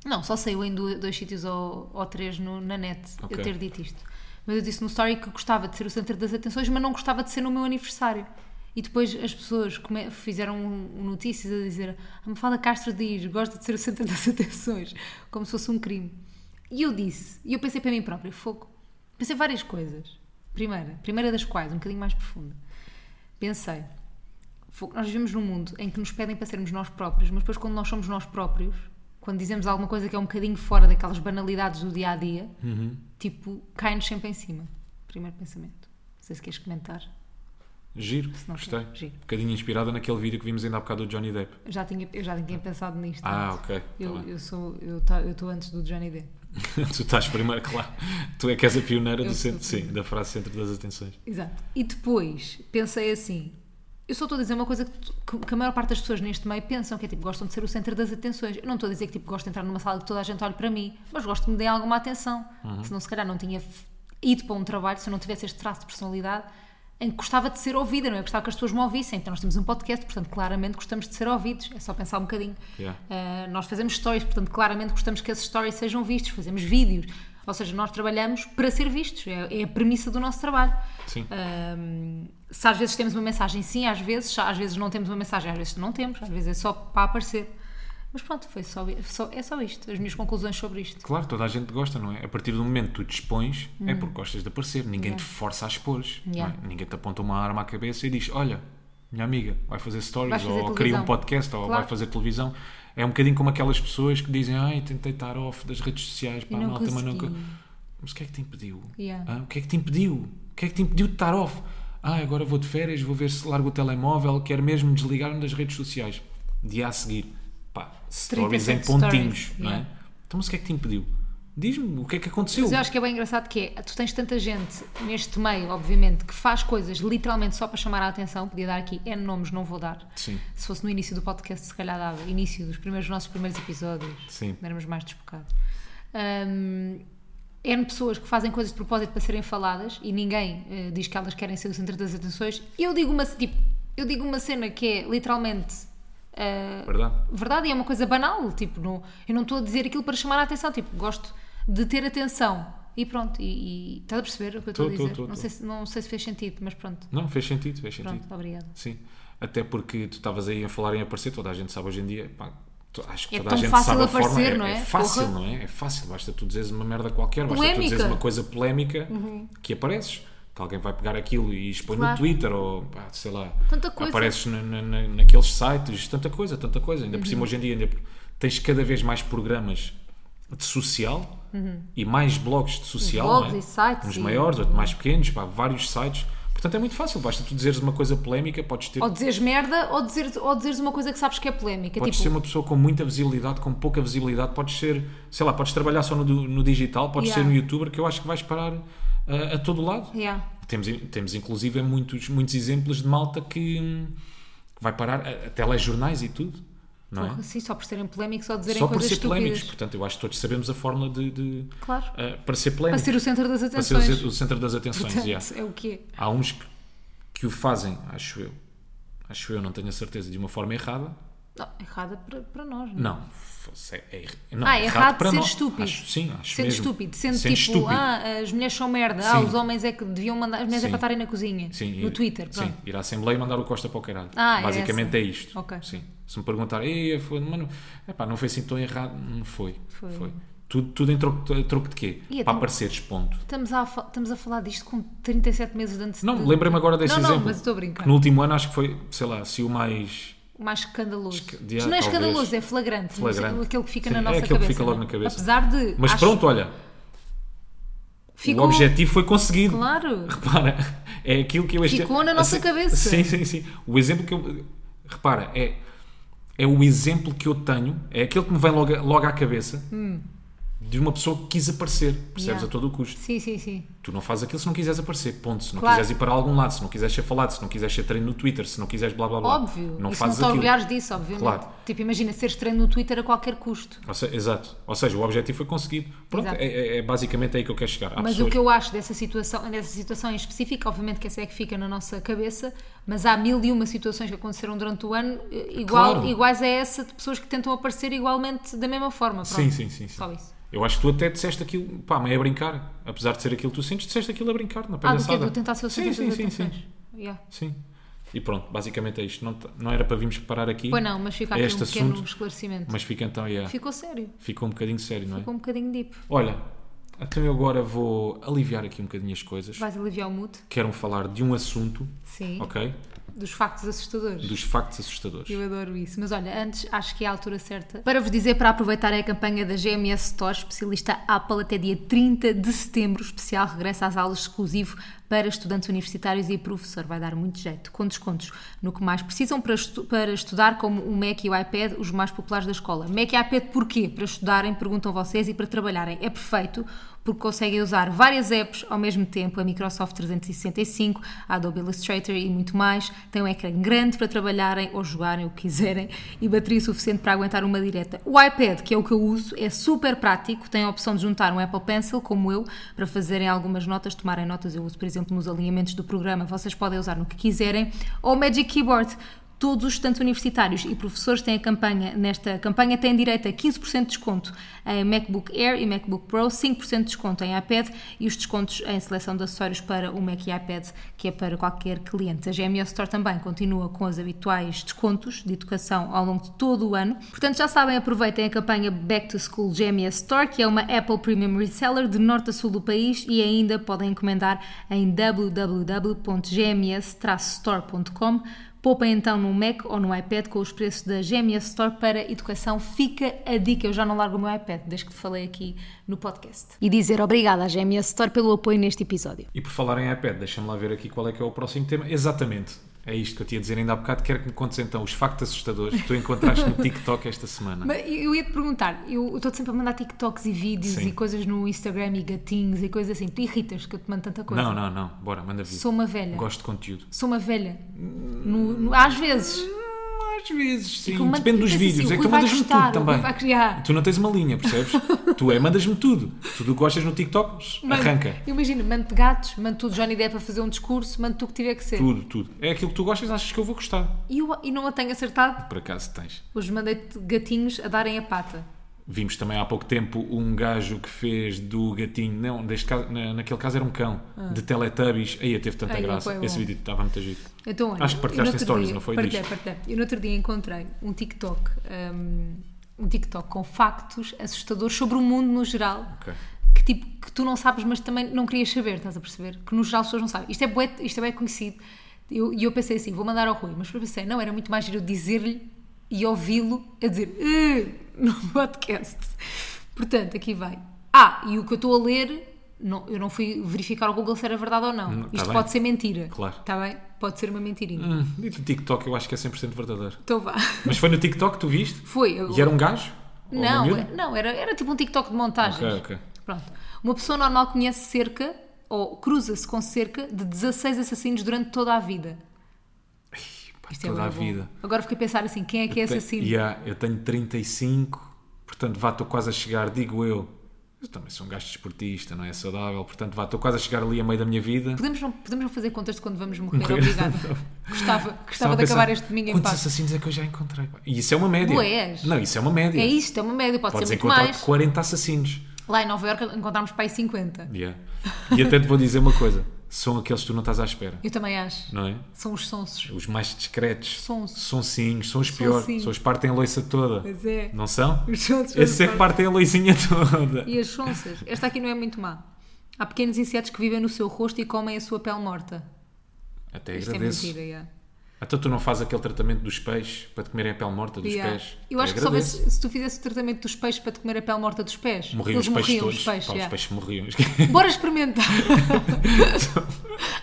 Não, só saiu em du- dois sítios ou, ou três no- na net
Ok.
eu ter dito isto. Mas eu disse no story que gostava de ser o centro das atenções, mas não gostava de ser no meu aniversário. E depois as pessoas come- fizeram um- um notícias a dizer: a Mafalda Castro diz, gosta de ser o centro das <laughs> atenções, como se fosse um crime. E eu disse, e eu pensei para mim própria: fogo. Pensei várias coisas. Primeira, primeira das quais, um bocadinho mais profunda. Pensei, Fogo, Nós vivemos num mundo em que nos pedem para sermos nós próprios, mas depois, quando nós somos nós próprios, quando dizemos alguma coisa que é um bocadinho fora daquelas banalidades do dia a dia,
Uhum.
tipo, cai-nos sempre em cima. Primeiro pensamento. Não sei se queres comentar.
Giro,
não
gostei.
quer, giro.
Um bocadinho inspirada naquele vídeo que vimos ainda há bocado do Johnny Depp. <laughs>
Eu já tinha, eu já tinha pensado nisto.
Ah,
antes.
ok. tá
Eu,
bem.
eu sou, eu tá- eu estou antes do Johnny Depp.
tu estás primeiro, claro. Tu é que és a pioneira
Eu
do
sou
centro, sim, da frase centro das atenções.
Exato. E depois pensei assim: eu só estou a dizer uma coisa que, tu- que- que a maior parte das pessoas neste meio pensam, que é tipo, gostam de ser o centro das atenções. Eu não estou a dizer que tipo, gosto de entrar numa sala que toda a gente olhe para mim, mas gosto que me deem alguma atenção. Senão, se calhar, não tinha f- ido para um trabalho se eu não tivesse este traço de personalidade em que gostava de ser ouvida, não é? Gostava que as pessoas me ouvissem. Então, nós temos um podcast, portanto, claramente gostamos de ser ouvidos. É só pensar um bocadinho. Eh,
Yeah.
Uh, nós fazemos stories, portanto, claramente gostamos que esses stories sejam vistos, fazemos vídeos. Ou seja, nós trabalhamos para ser vistos, é, é a premissa do nosso trabalho.
Sim.
Ahm, se às vezes temos uma mensagem, sim, às vezes, se às vezes não temos uma mensagem, às vezes não temos, às vezes é só para aparecer. Mas pronto, foi só, só- é só isto, as minhas conclusões sobre isto.
Claro, toda a gente gosta, não é? A partir do momento que tu dispões, é porque gostas de aparecer. Ninguém te força a expor.
Uhum. Yeah.
Ninguém te aponta uma arma à cabeça e diz: Olha, minha amiga, vai fazer stories,
Vais fazer
ou cria
televisão."
um podcast, ou
Claro.
vai fazer televisão. É um bocadinho como aquelas pessoas que dizem: Ai, tentei estar off das redes sociais, pá,
não
malta, mas não.
consegui."
Mas o que é que te impediu?
Yeah.
Ah, o que é que te impediu? O que é que te impediu de estar off? Ah, agora vou de férias, vou ver se largo o telemóvel, quero mesmo desligar-me das redes sociais. Dia a seguir, pá, stories em
37
pontinhos,
stories,
não é?
yeah.
Então, mas o que é que te impediu? Diz-me o que é que aconteceu.
Mas eu acho que é bem engraçado que é, tu tens tanta gente neste meio, obviamente, que faz coisas literalmente só para chamar a atenção, podia dar aqui N nomes, não vou dar.
Sim.
Se fosse no início do podcast, se calhar dava. Início dos primeiros, nossos primeiros episódios.
Sim.
Éramos mais desbocados. Hum, N pessoas que fazem coisas de propósito para serem faladas e ninguém eh, diz que elas querem ser o centro das atenções. Eu digo uma, tipo, eu digo uma cena que é literalmente. eh,
Verdade?
verdade e é uma coisa banal. Tipo, não, eu não estou a dizer aquilo para chamar a atenção. Tipo, gosto de ter atenção. E pronto, e, e estás a perceber o que eu estou a
Tô, tô,
dizer?
tô,
não,
tô.
Sei se, não sei se fez sentido, mas pronto.
Não, fez sentido, fez sentido.
Pronto, obrigada.
Sim. Até porque tu estavas aí a falar em aparecer, toda a gente sabe hoje em dia, pá, to- acho que
É
toda
tão
a gente
fácil
sabe a
aparecer,
forma.
não é?
fácil,
Porra.
não é? É fácil, basta tu dizeres uma merda qualquer, basta tu
Polémica. Uhum.
dizeres uma coisa polémica que apareces. Que alguém vai pegar aquilo e expõe
Claro.
no Twitter ou pá, sei lá.
Tanta coisa.
Apareces na, na- na- naqueles sites, tanta coisa, tanta coisa. Ainda por
Uhum.
cima hoje em dia ainda tens cada vez mais programas de social e mais blogs de social.
Uhum. Blogs
não é?
e sites
Uns
e-
maiores, outros mais pequenos, pá, vários sites. Portanto, é muito fácil, basta tu dizeres uma coisa polémica, podes ter
Ou dizeres merda ou, dizer, ou dizeres uma coisa que sabes que é polémica.
Podes
tipo,
ser uma pessoa com muita visibilidade, com pouca visibilidade, podes ser, sei lá, podes trabalhar só no, du- no digital, podes
Yeah.
ser um youtuber que eu acho que vais parar ah, a todo lado.
yeah.
Temos, temos inclusive muitos, muitos exemplos de malta que hum, vai parar a, a telejornais e tudo, não é?
Porra, sim, só por serem polémicos ou dizerem
Só por
coisas
ser
estúpidas.
polémicos, portanto, eu acho que todos sabemos a fórmula de, de,
Claro.
ah, para ser polémico,
Para ser o centro das
para ser o
atenções.
ce- o centro das atenções.
Portanto,
yeah.
<laughs> é o quê?
Há uns que, que o fazem, acho eu, acho eu, não tenho a certeza, de uma forma errada,
Não, errada para, para nós, não é?
Não, fosse- é, erra- não,
Ah, é errado
para
ser
nós.
estúpido.
Acho- sim, acho
Sendo
mesmo.
estúpido, sendo,
Sendo
tipo,
estúpido.
ah, as mulheres são merda, ah,
Sim.
os homens é que deviam mandar, as mulheres é
Sim.
para estarem na cozinha,
Sim,
no
ir-
Twitter, pronto.
Sim, ir à Assembleia e mandar o Costa para o caralho.
Ah, é
Basicamente
essa.
é isto.
Ok.
Sim. Se me perguntar, Ei, foi, mano, epá, não foi assim tão errado, não foi.
Foi.
Tudo, tudo em troco, em troco de quê?
E é
para
tão-
apareceres, ponto.
Estamos, a, fa- estamos a falar disto com 37 meses de antecedência.
Não, lembrei-me agora desse
não,
exemplo.
Não, mas estou a brincar.
Que no último ano acho que foi, sei lá, se o mais
Mais escandaloso.
Esca-
Mas
yeah,
não é
talvez.
escandaloso, é flagrante. não sei,
flagrante.
Aquele que fica
Sim,
na
é
nossa
aquele
cabeça.
que fica logo
não é?
na cabeça.
Apesar de.
Mas
acho-
pronto, olha,
ficou,
o objetivo foi conseguido.
Claro.
Repara, é aquilo que eu este-
Ficou na nossa
assim-
cabeça.
Sim, sim, sim. O exemplo que eu. Repara, é, é o exemplo que eu tenho, é aquele que me vem logo, logo à cabeça de uma pessoa que quis aparecer, percebes?
Hum. Yeah.
A todo o custo.
Sim, sim, sim.
Tu não fazes aquilo se não quiseres aparecer, ponto. Se não
Claro.
quiseres ir para algum lado, se não quiseres ser falado, se não quiseres ser treino no Twitter, se não quiseres blá blá blá.
Óbvio. e
Não
se não
fazes
te
aquilo.
orgulhares disso, obviamente.
Claro.
Tipo, imagina seres treino no Twitter a qualquer custo.
Ou seja, exato. Ou seja, o objetivo foi conseguido. Pronto,
Exato.
é, é- é basicamente aí que eu quero chegar. Há
Mas o
pessoas-
que eu acho dessa situação, dessa situação em específico, obviamente que essa é que fica na nossa cabeça, mas há mil e uma situações que aconteceram durante o ano eh, igual,
Claro.
iguais a essa de pessoas que tentam aparecer igualmente da mesma forma. Pronto.
Sim, sim, sim, sim.
Só isso.
Eu acho que tu até disseste aquilo, pá, mas é a brincar. Apesar de ser aquilo que tu sentes, disseste aquilo a brincar,
Ah,
na
do que é
palhaçada.
de eu tentar ser o
sim,
centro
sim,
das
sim, sim,
atenções. Yeah.
sim. E pronto, basicamente é isto. Não, t- não era para virmos parar aqui.
Pois não, mas fica
a
aqui um
este
pequeno
assunto,
esclarecimento.
Mas fica então, yeah.
Ficou sério,
ficou um bocadinho sério, não é?
ficou um bocadinho deep.
Olha, então eu agora vou aliviar aqui um bocadinho as coisas.
Vais aliviar o mood?
Quero falar de um assunto,
Sim.
ok?
Dos factos assustadores.
Dos factos assustadores.
Eu adoro isso. Mas olha, antes acho que é a altura certa para vos dizer para aproveitarem a campanha da GMS Store, especialista Apple, até dia 30 de setembro. O especial regressa às aulas exclusivo para estudantes universitários e professor. Vai dar muito jeito, com descontos no que mais precisam para, estu- para estudar, como o Mac e o iPad, os mais populares da escola. Mac e iPad porquê? Para estudarem, perguntam vocês, e para trabalharem. É perfeito porque conseguem usar várias apps ao mesmo tempo, a Microsoft 365, a Adobe Illustrator e muito mais. Tem um ecrã grande para trabalharem ou jogarem o que quiserem e bateria suficiente para aguentar uma direta. O iPad, que é o que eu uso, é super prático, tem a opção de juntar um Apple Pencil, como eu, para fazerem algumas notas, tomarem notas. Eu uso, por exemplo, nos alinhamentos do programa, vocês podem usar no que quiserem, ou o Magic Keyboard Todos os estudantes universitários e professores têm a campanha, nesta campanha têm direito a 15% de desconto em MacBook Air e MacBook Pro, 5% de desconto em iPad e os descontos em seleção de acessórios para o Mac e iPad, que é para qualquer cliente. A GMO Store também continua com os habituais descontos de educação ao longo de todo o ano. Portanto, já sabem, aproveitem a campanha Back to School GMO Store, que é uma Apple Premium Reseller de norte a sul do país e ainda podem encomendar em www.gms-store.com. Poupem então no Mac ou no iPad com os preços da GMS Store para educação. Fica a dica, eu já não largo o meu iPad desde que te falei aqui no podcast. E dizer obrigada à GMS Store pelo apoio neste episódio.
E por falar em iPad, deixa-me lá ver aqui qual é que é o próximo tema. Exatamente. É isto que eu tinha a dizer ainda há bocado. Quero que me contes então os factos assustadores que tu
<laughs>
encontraste no TikTok esta semana.
Mas eu ia te perguntar, eu estou sempre a mandar TikToks e vídeos
Sim.
e coisas no Instagram e gatinhos e coisas assim. Tu irritas que eu te mando tanta coisa.
Não, não, não. Bora, manda vir.
Sou uma velha.
Gosto de conteúdo.
Sou uma velha. No- no- às vezes.
Hum, Às vezes, sim.
mando-
Depende dos
eu penso assim,
vídeos.
o
é que
Rui
tu
vai
mandas-me
gostar, o
tudo
Rui
também.
vai criar.
Tu não tens uma linha, <laughs> percebes? tu é, mandas-me tudo. Tudo o que gostas no TikTok,
Mano,
arranca.
eu Imagino, mando gatos, mando tudo Johnny Depp a fazer um discurso, mando tu o que tiver que ser.
Tudo, tudo. É aquilo que tu gostas, achas que eu vou gostar.
E, eu- e não a tenho acertado.
Por acaso tens.
Hoje mandei-te gatinhos a darem a pata.
Vimos também há pouco tempo um gajo que fez do gatinho, não, neste caso, na- naquele caso era um cão, de Teletubbies. Aí teve tanta
Ai,
graça.
foi bom.
Esse vídeo estava muito giro.
Então, olha,
Acho que
eu
partilhaste
no
em
outro
stories,
dia-
não foi?
Partilhei,
Diz.
partilhei. Eu no outro dia encontrei um TikTok, hum, um TikTok com factos assustadores sobre o mundo no geral.
Ok.
Que tipo, que tu não sabes, mas também não querias saber, estás a perceber? Que no geral as pessoas não sabem. Isto é bué, isto é bué conhecido. E eu, e eu pensei assim, vou mandar ao Rui, mas depois pensei, não, era muito mais giro eu dizer-lhe e ouvi-lo a dizer "Eh", no <laughs> podcast. Portanto, aqui vai. Ah, e o que eu estou a ler, não, eu não fui verificar ao Google se era verdade ou não.
Hum, tá
Isto
bem.
pode ser mentira.
Claro.
Está bem? Pode ser uma mentirinha.
Hum, e do TikTok eu acho que é 100% verdadeiro.
Então vá. <laughs>
Mas foi no TikTok que tu viste?
Foi. eu-
E era um gajo? Ou uma
Não,
miúda?
é- não era, era tipo um TikTok de montagens.
Ok, ok.
Pronto. Uma pessoa normal conhece cerca, ou cruza-se com cerca, de 16 assassinos durante toda a vida.
Pá,
Isto é
toda
bué
a
bom.
vida.
Agora fiquei a pensar assim, quem é que é
Tenho-
assassino?
Yeah, eu tenho 35, portanto vá, estou quase a chegar, digo eu. Eu também sou um gajo desportista, não é saudável, portanto vá, estou quase a chegar ali a meio da minha vida.
Podemos, não, podemos não fazer contas de quando vamos morrer,
Morrer. <laughs>
obrigada. gostava gostava
Estava a
de
pensar,
acabar este domingo em
Quantos
paz.
assassinos é que eu já encontrei? pá? E isso é uma média.
Boés.
Não, isso é uma média.
É isto, é uma média, pode
Podes
ser muito
encontrar
mais.
40 assassinos.
Lá em Nova Iorque encontramos para aí 50.
Yeah. E até te vou dizer uma coisa: são aqueles que tu não estás à espera,
Eu também acho.
não é?
São os
<laughs>
sonsos.
Os mais discretos.
Sonsos.
Sonsinhos, são os piores.
Sonsinhos.
São os que partem a loiça toda.
Pois é.
Não são?
Os sonsos.
Esses é que partem a loizinha <laughs> toda.
E as sonças? Esta aqui não é muito má. Há pequenos insetos que vivem no seu rosto e comem a sua pele morta.
Até
Isto
agradeço.
é mentira, yeah.
Então tu não fazes aquele tratamento dos peixes para te comerem a pele morta dos
Yeah.
pés?
Eu
Até
acho que só
agradeço.
se, se tu fizesse o tratamento dos peixes para te comer a pele morta dos pés.
Morriam os
eles
peixes
morriam,
todos.
os peixes.
Pá,
yeah.
Os peixes morriam. <laughs>
Bora experimentar.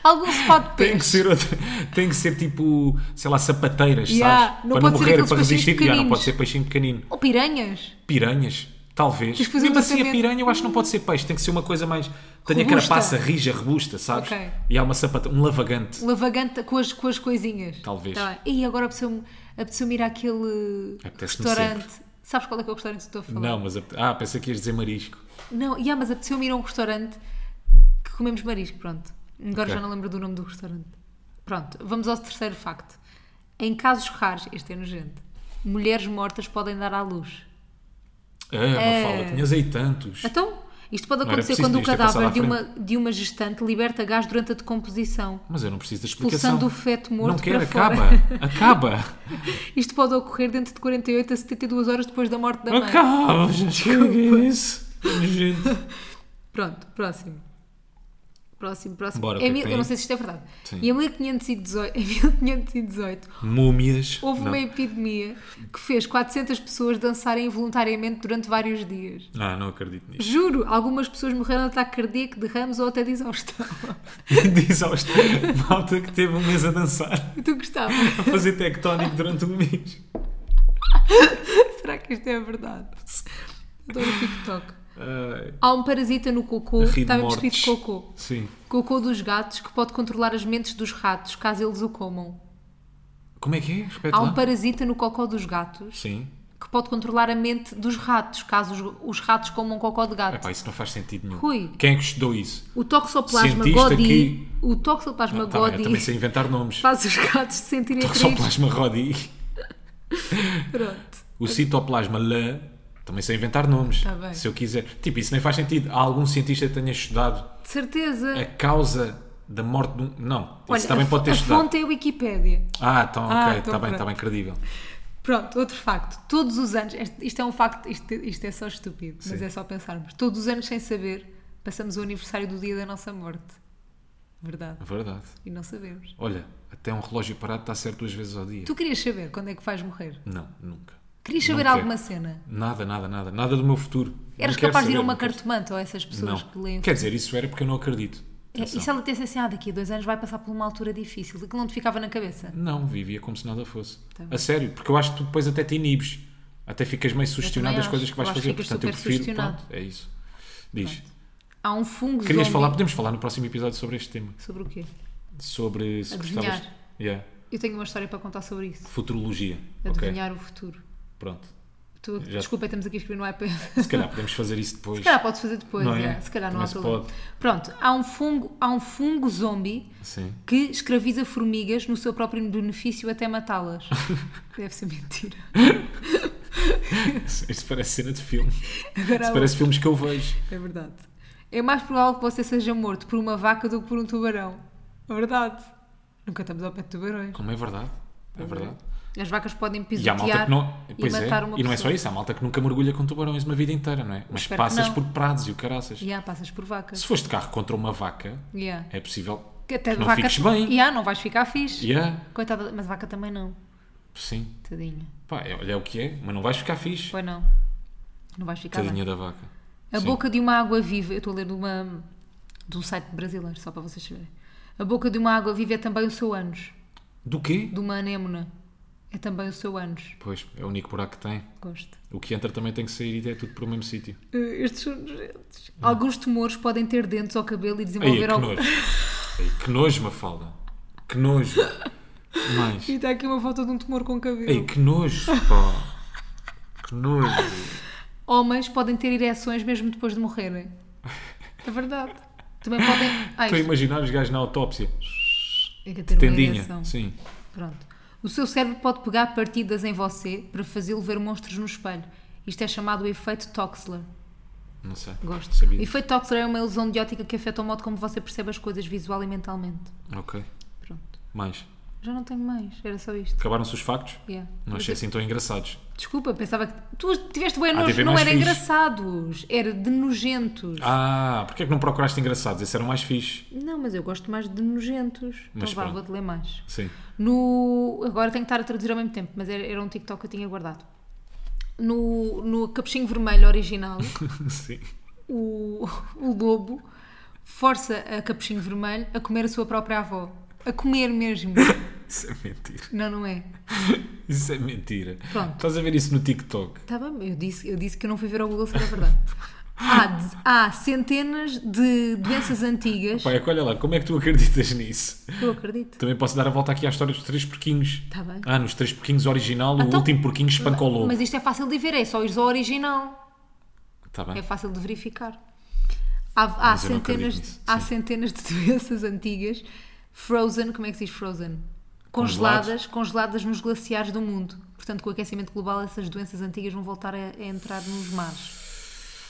Algum spot de peixe.
tem, que ser, outra- tem que ser tipo, sei lá, sapateiras,
Yeah.
sabes?
Não
para
pode
não
ser
morrer,
aqueles
para
peixinhos
resistir. Yeah, não
pequeninos.
pode ser peixinho pequenino.
Ou piranhas.
Piranhas, talvez.
Tens que fazer um
Mesmo assim, a
tratamento.
piranha eu acho que não pode ser peixe. Tem que ser uma coisa mais... Tenha
Robusta.
carapaça rija, robusta, sabes?
Ok.
E há uma sapata, um lavagante.
Lavagante com as, com as coisinhas.
Talvez.
Tá bem. E agora apeteceu-me apeteceu ir àquele
Apetece-me
restaurante. Sabes qual é que é o restaurante que estou a falar?
Não, mas... a- Ah, pensei que ias dizer marisco.
Não, yeah, mas apeteceu-me ir a um restaurante que comemos marisco, pronto. Agora
Ok.
já não lembro do nome do restaurante. Pronto, vamos ao terceiro facto. Em casos raros, este é nojento, mulheres mortas podem dar à luz.
Ah,
É.
Mafalda, tinhas aí tantos.
Então, isto pode
Não era
acontecer
preciso
quando o
disto, é passar
cadáver
à
de uma, de uma gestante liberta gás durante a decomposição,
Mas eu não preciso da explicação.
expulsando o feto morto
Não quero,
para fora.
acaba, acaba,
<laughs> Isto pode ocorrer dentro de 48 a 72 horas depois da morte da mãe.
acaba, gente, que é isso? Gente.
Pronto, próximo. Próximo, próximo.
Bora, o
Em
que é que
mil-
tem
eu
aí?
não sei se isto é verdade.
Sim.
E em <laughs> 1518, em 1518
Múmias.
Houve
Não.
uma epidemia que fez 400 pessoas dançarem involuntariamente durante vários dias.
Ah, não acredito nisto. <laughs>
Juro, algumas pessoas morreram de ataque cardíaco, de ramos ou até de <laughs> exaustão.
Diz aos malta que teve um mês a dançar,
Tu gostava?
a fazer tectónico durante um mês.
<laughs> Será que isto é verdade? Estou no TikTok.
Ai,
Há um parasita no cocô,
ri de
estava
mortes.
escrito cocô.
Sim.
Cocô dos gatos que pode controlar as mentes dos ratos caso eles o comam.
Como é que é? Repete
Há
lá.
um parasita no cocô dos gatos
Sim.
que pode controlar a mente dos ratos, caso os, os ratos comam cocó de gato.
Epá, isso não faz sentido nenhum.
Rui.
Quem é que estudou isso?
O toxoplasma
Cientista
godi,
que-
o toxoplasma
Tá bem, eu
godi
também sei inventar nomes.
faz os gatos se sentirem atraídos.
Toxoplasma rodi.
Pronto.
O citoplasma lã. Também sei inventar nomes.
Tá bem.
Se eu quiser. Tipo, isso nem faz sentido. Há algum cientista que tenha estudado
De certeza.
a causa da morte de um. Não.
Olha,
isso É, também
a,
pode ter
a
estudado.
fonte é a Wikipédia.
Ah, então,
Ah,
ok.
então
Está bem,
pronto.
está bem, credível.
Pronto, outro facto. Todos os anos, este- isto é um facto, isto, isto é só estúpido, mas
Sim.
é só pensarmos. Todos os anos, sem saber, passamos o aniversário do dia da nossa morte. Verdade.
Verdade.
E não sabemos.
Olha, até um relógio parado está certo duas vezes ao dia.
Tu querias saber quando é que vais morrer?
Não, nunca.
Querias
Não
saber
quero.
alguma cena?
Nada, nada, nada. Nada do meu futuro. Não
Eras
quero
capaz de ir a
saber,
uma
não quero-
cartomante ou essas pessoas que leem.
Não. Quer dizer, isso era porque eu não acredito.
É, e
Atenção.
se ela dissesse assim, ah, daqui a dois anos vai passar por uma altura difícil, que não te ficava na cabeça?
Não, vivia como se nada fosse.
Tá bem.
a sério, porque eu acho que tu depois até te inibes. Até ficas meio sugestionado das
acho.
coisas que vais
Eu acho que
fazer.
ficas
Portanto, eu
super
prefiro.
sugestionado.
Pronto, é isso. Diz.
Há um fungo
Querias
zombi-
falar, podemos falar no próximo episódio sobre este tema.
Sobre o quê?
Sobre se
Adivinhar.
gostavas. Yeah.
Eu tenho uma história para contar sobre isso.
Futurologia. Ok.
Adivinhar o futuro.
Pronto.
Tu,
Já-
Desculpa, estamos aqui a escrever no iPad.
Se calhar podemos fazer isso depois.
<laughs> Se calhar podes fazer depois,
Não é?
é. se calhar não há
Também se
problema. Pronto, há um fungo, há um fungo zombie
Sim.
que escraviza formigas no seu próprio benefício até
<laughs>
matá-las. Deve ser mentira.
Isto parece cena de filme.
Agora há
Isto parece filmes que eu vejo.
outro. É verdade. É mais provável que você seja morto por uma vaca do que por um tubarão. É verdade. Nunca estamos ao pé de tubarões.
Como é verdade. É verdade.
As vacas podem
E há
pisotear
malta que não. Pois é.
matar uma
E não é
pessoa.
só isso. Há malta que nunca mergulha com tubarões uma vida inteira, não é? Mas
Espero que
passas
não.
por prados e o caraças.
E há, passas por vacas.
Se foste de carro contra uma vaca,
Yeah.
é possível
Que até
que não
vaca...
fiques bem.
E há, não vais ficar fixe.
Yeah,
Coitada, mas vaca também não.
sim.
Tadinha.
Pá, é- olha é o que é, mas não vais ficar fixe.
Pois não. Não vais ficar bem.
Tadinha da vaca.
A
Sim.
boca de uma água viva, eu estou a ler de, uma, de um site brasileiro, só para vocês saberem. A boca de uma água viva é também o seu ânus.
Do quê?
De uma anêmona é também o seu ânus.
Pois, é o único buraco que tem.
Gosto.
O que entra também tem que sair e é tudo para o mesmo sítio.
Eh, Estes são nojentos. Alguns tumores podem ter dentes ao cabelo e
Aí, que
desenvolver algum.
nojo. Aí, que nojo, Mafalda. Que nojo.
<laughs>
Mais.
E está aqui uma foto de um tumor com cabelo.
Ei, que nojo, pá. Que nojo.
Homens podem ter ereções mesmo depois de morrerem. É verdade. Também podem. Ai,
Estou a imaginar os gajos na autópsia.
é que ter uma ereção.
Tendinha. Sim.
Pronto. O seu cérebro pode pegar partidas em você para fazê-lo ver monstros no espelho. Isto é chamado o efeito Toxler.
Não sei.
Gosto. O
Sabia.
efeito Toxler é uma ilusão de ótica que afeta o modo como você percebe as coisas visual e mentalmente.
Ok.
Pronto.
Mais.
Já não tenho mais. Era só isto.
Acabaram-se os factos?
Yeah.
Não achei assim tão engraçados.
Desculpa, pensava que. Tu tiveste bem
Ah,
nojo.
tive
Não
mais
era
fixe.
engraçados. Era de nojentos.
Ah, porque é que não procuraste engraçados? Esse era o mais fixe.
Não, mas eu gosto mais de nojentos.
Mas
então vá,
pronto.
vou-te ler mais.
Sim. <laughs>
No, agora tenho que estar a traduzir ao mesmo tempo, mas era, era um TikTok que eu tinha guardado. No, no capuchinho vermelho
<laughs>
original,
Sim.
o, o lobo força a capuchinho vermelho a comer a sua própria avó. A comer mesmo.
Isso é mentira.
Não, não é.
Isso é mentira.
Pronto.
Estás a ver isso no TikTok?
Tá bem, eu disse, eu disse que eu não fui ver ao Google se era verdade. Há, de- há centenas de doenças antigas.
Pai, é que olha lá, como é que tu acreditas nisso?
Eu acredito.
Também posso dar a volta aqui à história dos três porquinhos.
Tá bem.
Ah, nos três porquinhos original, o
Então-
último porquinho espancou o lobo.
Mas isto é fácil de ver, é só ir ao original.
Tá bem.
É fácil de verificar. Há, há
Mas eu não
centenas,
acredito nisso,
há
sim.
centenas de <laughs> doenças antigas frozen, como é que se diz frozen? Congeladas, congeladas nos glaciares do mundo. Portanto, com o aquecimento global, essas doenças antigas vão voltar a, a entrar nos mares.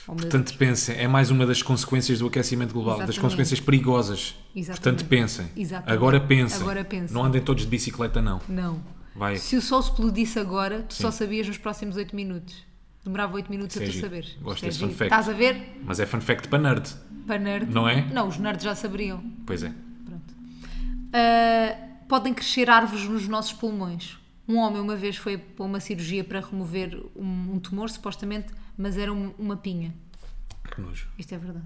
Oh, meu
Portanto, pensem, é mais uma das consequências do aquecimento global, das
Exatamente.
consequências perigosas.
Exatamente.
Portanto, pensem.
Exatamente.
Agora pensem.
Agora pensem.
Não andem todos de bicicleta, não.
Deus. Não.
Vai.
Se o sol explodisse agora, tu só
Sim.
sabias nos próximos 8 minutos. Demorava 8 minutos a
Isso é
tu
giro.
saberes.
Gosto
Isto é
desse fun
giro.
fact.
Estás a ver?
Mas é fun fact para nerd.
Para nerd.
Não é?
Não, os nerds já saberiam.
Pois é.
Pronto. Uh, podem crescer árvores nos nossos pulmões. Um homem uma vez foi para uma cirurgia para remover um, um tumor, supostamente, mas era um- uma pinha.
Que nojo.
Isto é verdade.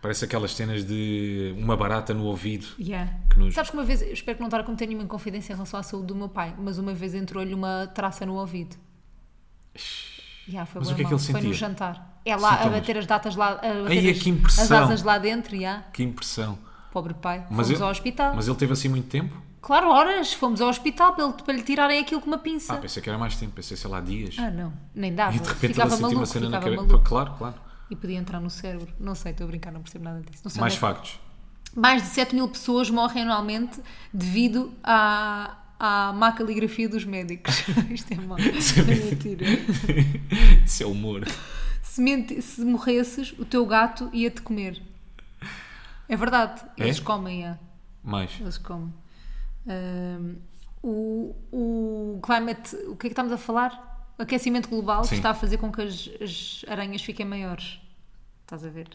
Parece aquelas cenas de uma barata no ouvido.
Yeah.
Que nojo.
Sabes que uma vez, eu espero que não estar a cometer nenhuma inconfidência em relação à saúde do meu pai, mas uma vez entrou-lhe uma traça no ouvido. Yeah, foi
Mas
bué
o que é que
mau. Foi
ele
no
sentia?
jantar. É lá a
Sintomas.
bater as datas lá, a bater
Ai, é
as,
que impressão.
as asas lá dentro, yeah.
Que impressão.
pobre pai.
Mas
Fomos
eu-
ao hospital.
Mas ele teve assim muito tempo?
Claro, horas. Fomos ao hospital para lhe, para lhe tirarem aquilo com uma
Ah,
pinça.
pensei que era mais tempo, pensei, sei lá, dias.
Tá. Ah, não. Nem dava.
e de repente ela
ficava
sentiu
maluco,
uma cena na
ficava
cabeça.
maluco.
Claro, claro.
E podia entrar no cérebro. Não sei, estou a brincar, não percebo nada disso. Não sei
Mais
onde é
factos.
que- Mais de 7 mil pessoas morrem anualmente devido à, à má caligrafia dos médicos. <laughs> Isto é
<laughs>
mau. É mentira.
Isso é humor.
Se, menti- se morresses, o teu gato ia-te comer. É verdade.
É?
Eles comem, é.
Mais.
Eles comem. Ahm, o, o climate, o que é que estamos a falar? O aquecimento global
Sim.
está a fazer com que as, as aranhas fiquem maiores. Estás a ver?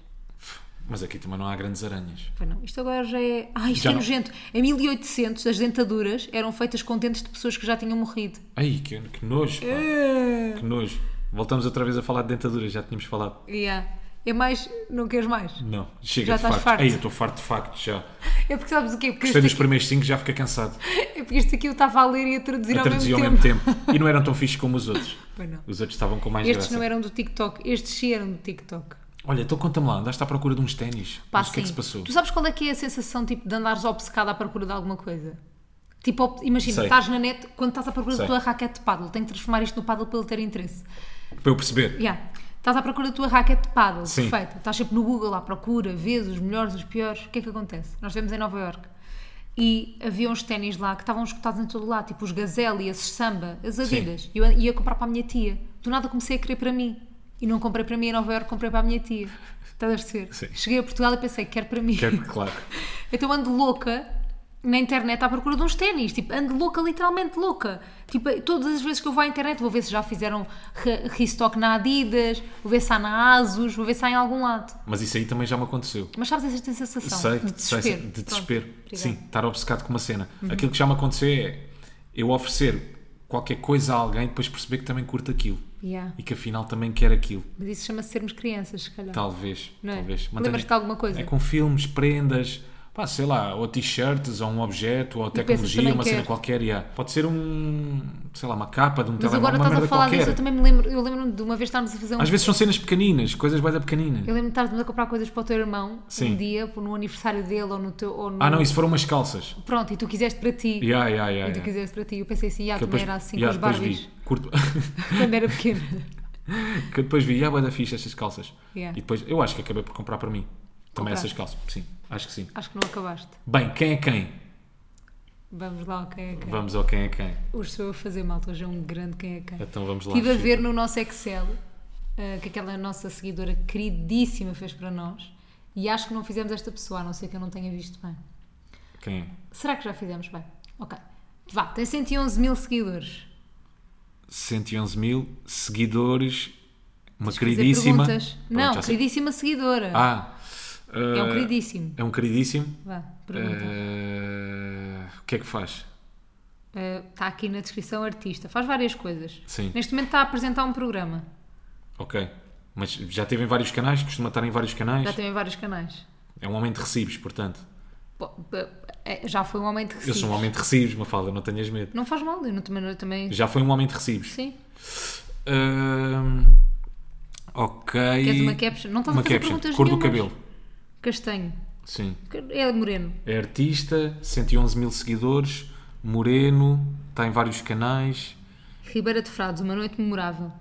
Mas aqui também não há grandes aranhas.
Pois não. Isto agora já é. Ah, isto
Já
é
não-
nojento. Em 1800, as dentaduras eram feitas com dentes de pessoas que já tinham morrido.
Ai, que, que nojo, pá. Que nojo. Voltamos outra vez a falar de dentaduras, já tínhamos falado.
Yeah. É mais. Não queres mais?
Não, chega
Já
de
estás
factos.
farto.
Ai, eu estou farto de factos já.
É porque sabes o quê? Porque este,
Gostei dos
aqui,
primeiros cinco, já fica cansado.
é porque este aqui eu estava a ler e a traduzir,
A traduzir ao mesmo tempo. E não eram tão fixos como os outros.
<laughs> Pois não.
Os outros estavam com mais
Estes
graça.
não é- eram do TikTok, estes sim eram do TikTok.
Olha, então conta-me lá, andaste à procura de uns ténis.
Pá,
Mas o que é que
sim.
se passou?
Tu sabes qual é que é a sensação tipo, de andares obcecado à procura de alguma coisa? Tipo, ob- imagina,
Sei.
estás na net, quando estás à procura
Sei.
da tua raquete de paddle, tenho que transformar isto no paddle para ele ter interesse.
Para eu perceber.
Yeah. Estás à procura da tua raquete de paddle,
Sim.
perfeito. Estás sempre no Google à procura, vês os melhores, os piores. O que é que acontece? Nós estivemos em Nova Iorque e havia uns ténis lá que estavam escutados em todo lado, tipo os Gazelle, as Samba, as Adidas. E eu ia comprar para a minha tia. Do nada comecei a querer para mim. E não comprei para mim em Nova Iorque, comprei para a minha tia. Estás a perceber?
Sim.
Cheguei a Portugal e pensei, quero para mim.
Quero que, claro.
Então ando louca na internet à procura de uns ténis. Tipo, ando louca, literalmente louca. Tipo, todas as vezes que eu vou à internet vou ver se já fizeram re- restock na Adidas, vou ver se há na Asus, vou ver se há em algum lado.
Mas isso aí também já me aconteceu.
Mas sabes essa sensação
sei,
Então, de
sei,
desespero?
sei, de
Pronto,
desespero.
obrigada. Uhum.
Sim, estar obcecado com uma cena. Aquilo que já me aconteceu é eu oferecer qualquer coisa a alguém e depois perceber que também curto aquilo.
Yeah.
E que afinal também quer aquilo.
Mas isso chama-se sermos crianças, se
Tá,
calhar.
Talvez.
Não é?
talvez.
Lembras-te
Mantenha-
de alguma coisa?
É com filmes, prendas, pá, sei lá, ou t-shirts, ou um objeto, ou
pensas,
tecnologia,
também
uma cena
quero.
qualquer. yeah. Pode ser um, sei lá, uma capa de um
Mas
telemóvel,
agora
uma
estás a
merda
falar
qualquer.
disso, eu também me lembro, eu lembro-me de uma vez estarmos a fazer um
Às vezes são cenas pequeninas, coisas bem da pequenina.
Eu lembro-me de estarmos a comprar coisas para o teu irmão
Sim.
um dia, no aniversário dele ou no teu. Ou no...
Ah não, isso foram umas calças.
Pronto, e tu quiseste para ti.
Yeah, yeah, yeah,
E tu
yeah.
quiseste para ti. Eu pensei assim, ah,
É. Que eu
também
depois-
era assim
yeah,
com os
depois
Barbies.
vi. Curto...
<laughs>
<laughs>
quando era pequena. <laughs>
que eu depois vi, ah, bué da fixe estas calças.
Yeah.
E depois, eu acho que acabei por comprar para mim. Também
Compraste.
essas calças, sim, acho que sim.
Acho que não acabaste.
Bem, quem é quem?
Vamos lá, ao quem é quem?
Vamos ao quem é quem.
Hoje sou eu a fazer malta, hoje é um grande quem é quem.
Então vamos lá.
Estive a
Chico.
ver no nosso Excel eh, que aquela nossa seguidora queridíssima fez para nós e acho que não fizemos esta pessoa, a não ser que eu não tenha visto bem.
Quem é?
Será que já fizemos bem? Ok. Vá, tem 111 mil seguidores.
111 mil seguidores, uma
Tens que fazer
queridíssima.
perguntas.
Pronto,
não,
já sei.
queridíssima seguidora.
Ah,
é um
eh,
queridíssimo.
É um queridíssimo.
Vá, pergunta.
Eh, o que é que faz?
Eh, Está aqui na descrição artista. Faz várias coisas.
Sim.
Neste momento está a apresentar um programa.
Ok. Mas já teve em vários canais, costuma estar em vários canais.
Já tem em vários canais.
É um homem de recibos, portanto.
Pô, pá, é, Já foi um homem de
Eu
recibos.
sou um homem de recibos, Mafalda, não tenhas medo.
Não faz mal, eu não- também, eu também...
Já foi um homem de recibos.
Sim.
Ahm, ok.
Queres uma caption? Não estás
Uma
a fazer
caption.
perguntas
Cor do
nenhumas.
cabelo.
Castanho.
Sim.
É moreno.
É artista, 111 mil seguidores, moreno, está em vários canais.
Ribeira de Frades, uma noite memorável.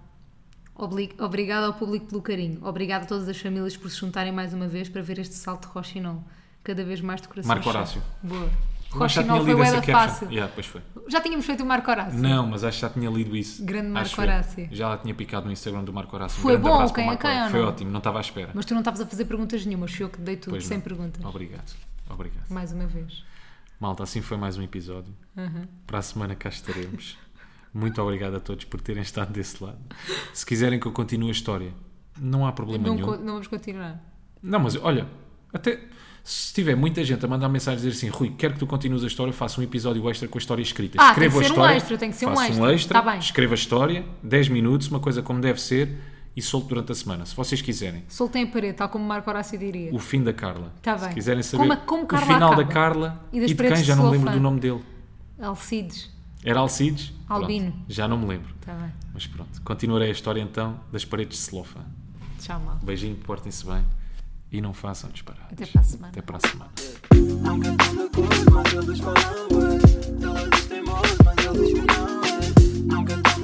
Obli- Obrigada ao público pelo carinho. Obrigada a todas as famílias por se juntarem mais uma vez para ver este salto de Rochinol. Cada vez mais de coração.
Marco
cheio.
Horácio.
Boa.
Eu acho que já tinha
Rochinol foi
lido essa
bué da
caption.
fácil.
Yeah, pois foi.
Já tínhamos feito o Marco Horácio.
Não, mas acho que já tinha lido isso.
Grande Marco
Acho eu.
Horácio.
Já lá tinha picado no Instagram do Marco Horácio. Um
Foi
grande
bom,
abraço para o
quem é
Marco
quem,
Horácio.
ou
Foi
não?
ótimo, não estava à espera.
Mas tu não estavas a fazer perguntas nenhumas. Fui eu que te dei tudo,
Pois
sem
não.
perguntas.
Obrigado. Obrigado.
Mais uma vez.
Malta, assim foi mais um episódio.
Uhum.
Para a semana cá estaremos. Muito obrigado a todos por terem estado desse lado. Se quiserem que eu continue a história, não há problema
Não,
nenhum.
co- não vamos continuar.
Não, mas olha, até se tiver muita gente a mandar mensagem dizer assim, Rui, quero que tu continues a história, eu faço um episódio extra com a história escrita.
Ah, tem
Escrevo
que
a
ser um
história,
extra, tem que ser um
faço
extra. Tá bem.
escrevo a história, 10 minutos, uma coisa como deve ser, e solto durante a semana, se vocês quiserem.
Soltem a parede, tal como Marco Horácio diria.
O fim da Carla.
Tá
Se
bem.
quiserem saber
Como a- como
o
Carla
final da
acaba.
Carla
E
e,
das
de quem,
paredes
já
de
não me lembro
celofane.
do nome dele.
Alcides.
Era Alcides?
Albino.
Pronto, já não me lembro.
Está bem.
Mas pronto, continuarei a história então das paredes de Um celofane.
Tchau, mal.
Beijinho, portem-se bem e não façam disparates.
Até para a semana.
Até para a semana.
Yeah. Não cantando cor, mas eles falam ué. Ela diz teimoso, mas ele diz que não é. Não cantando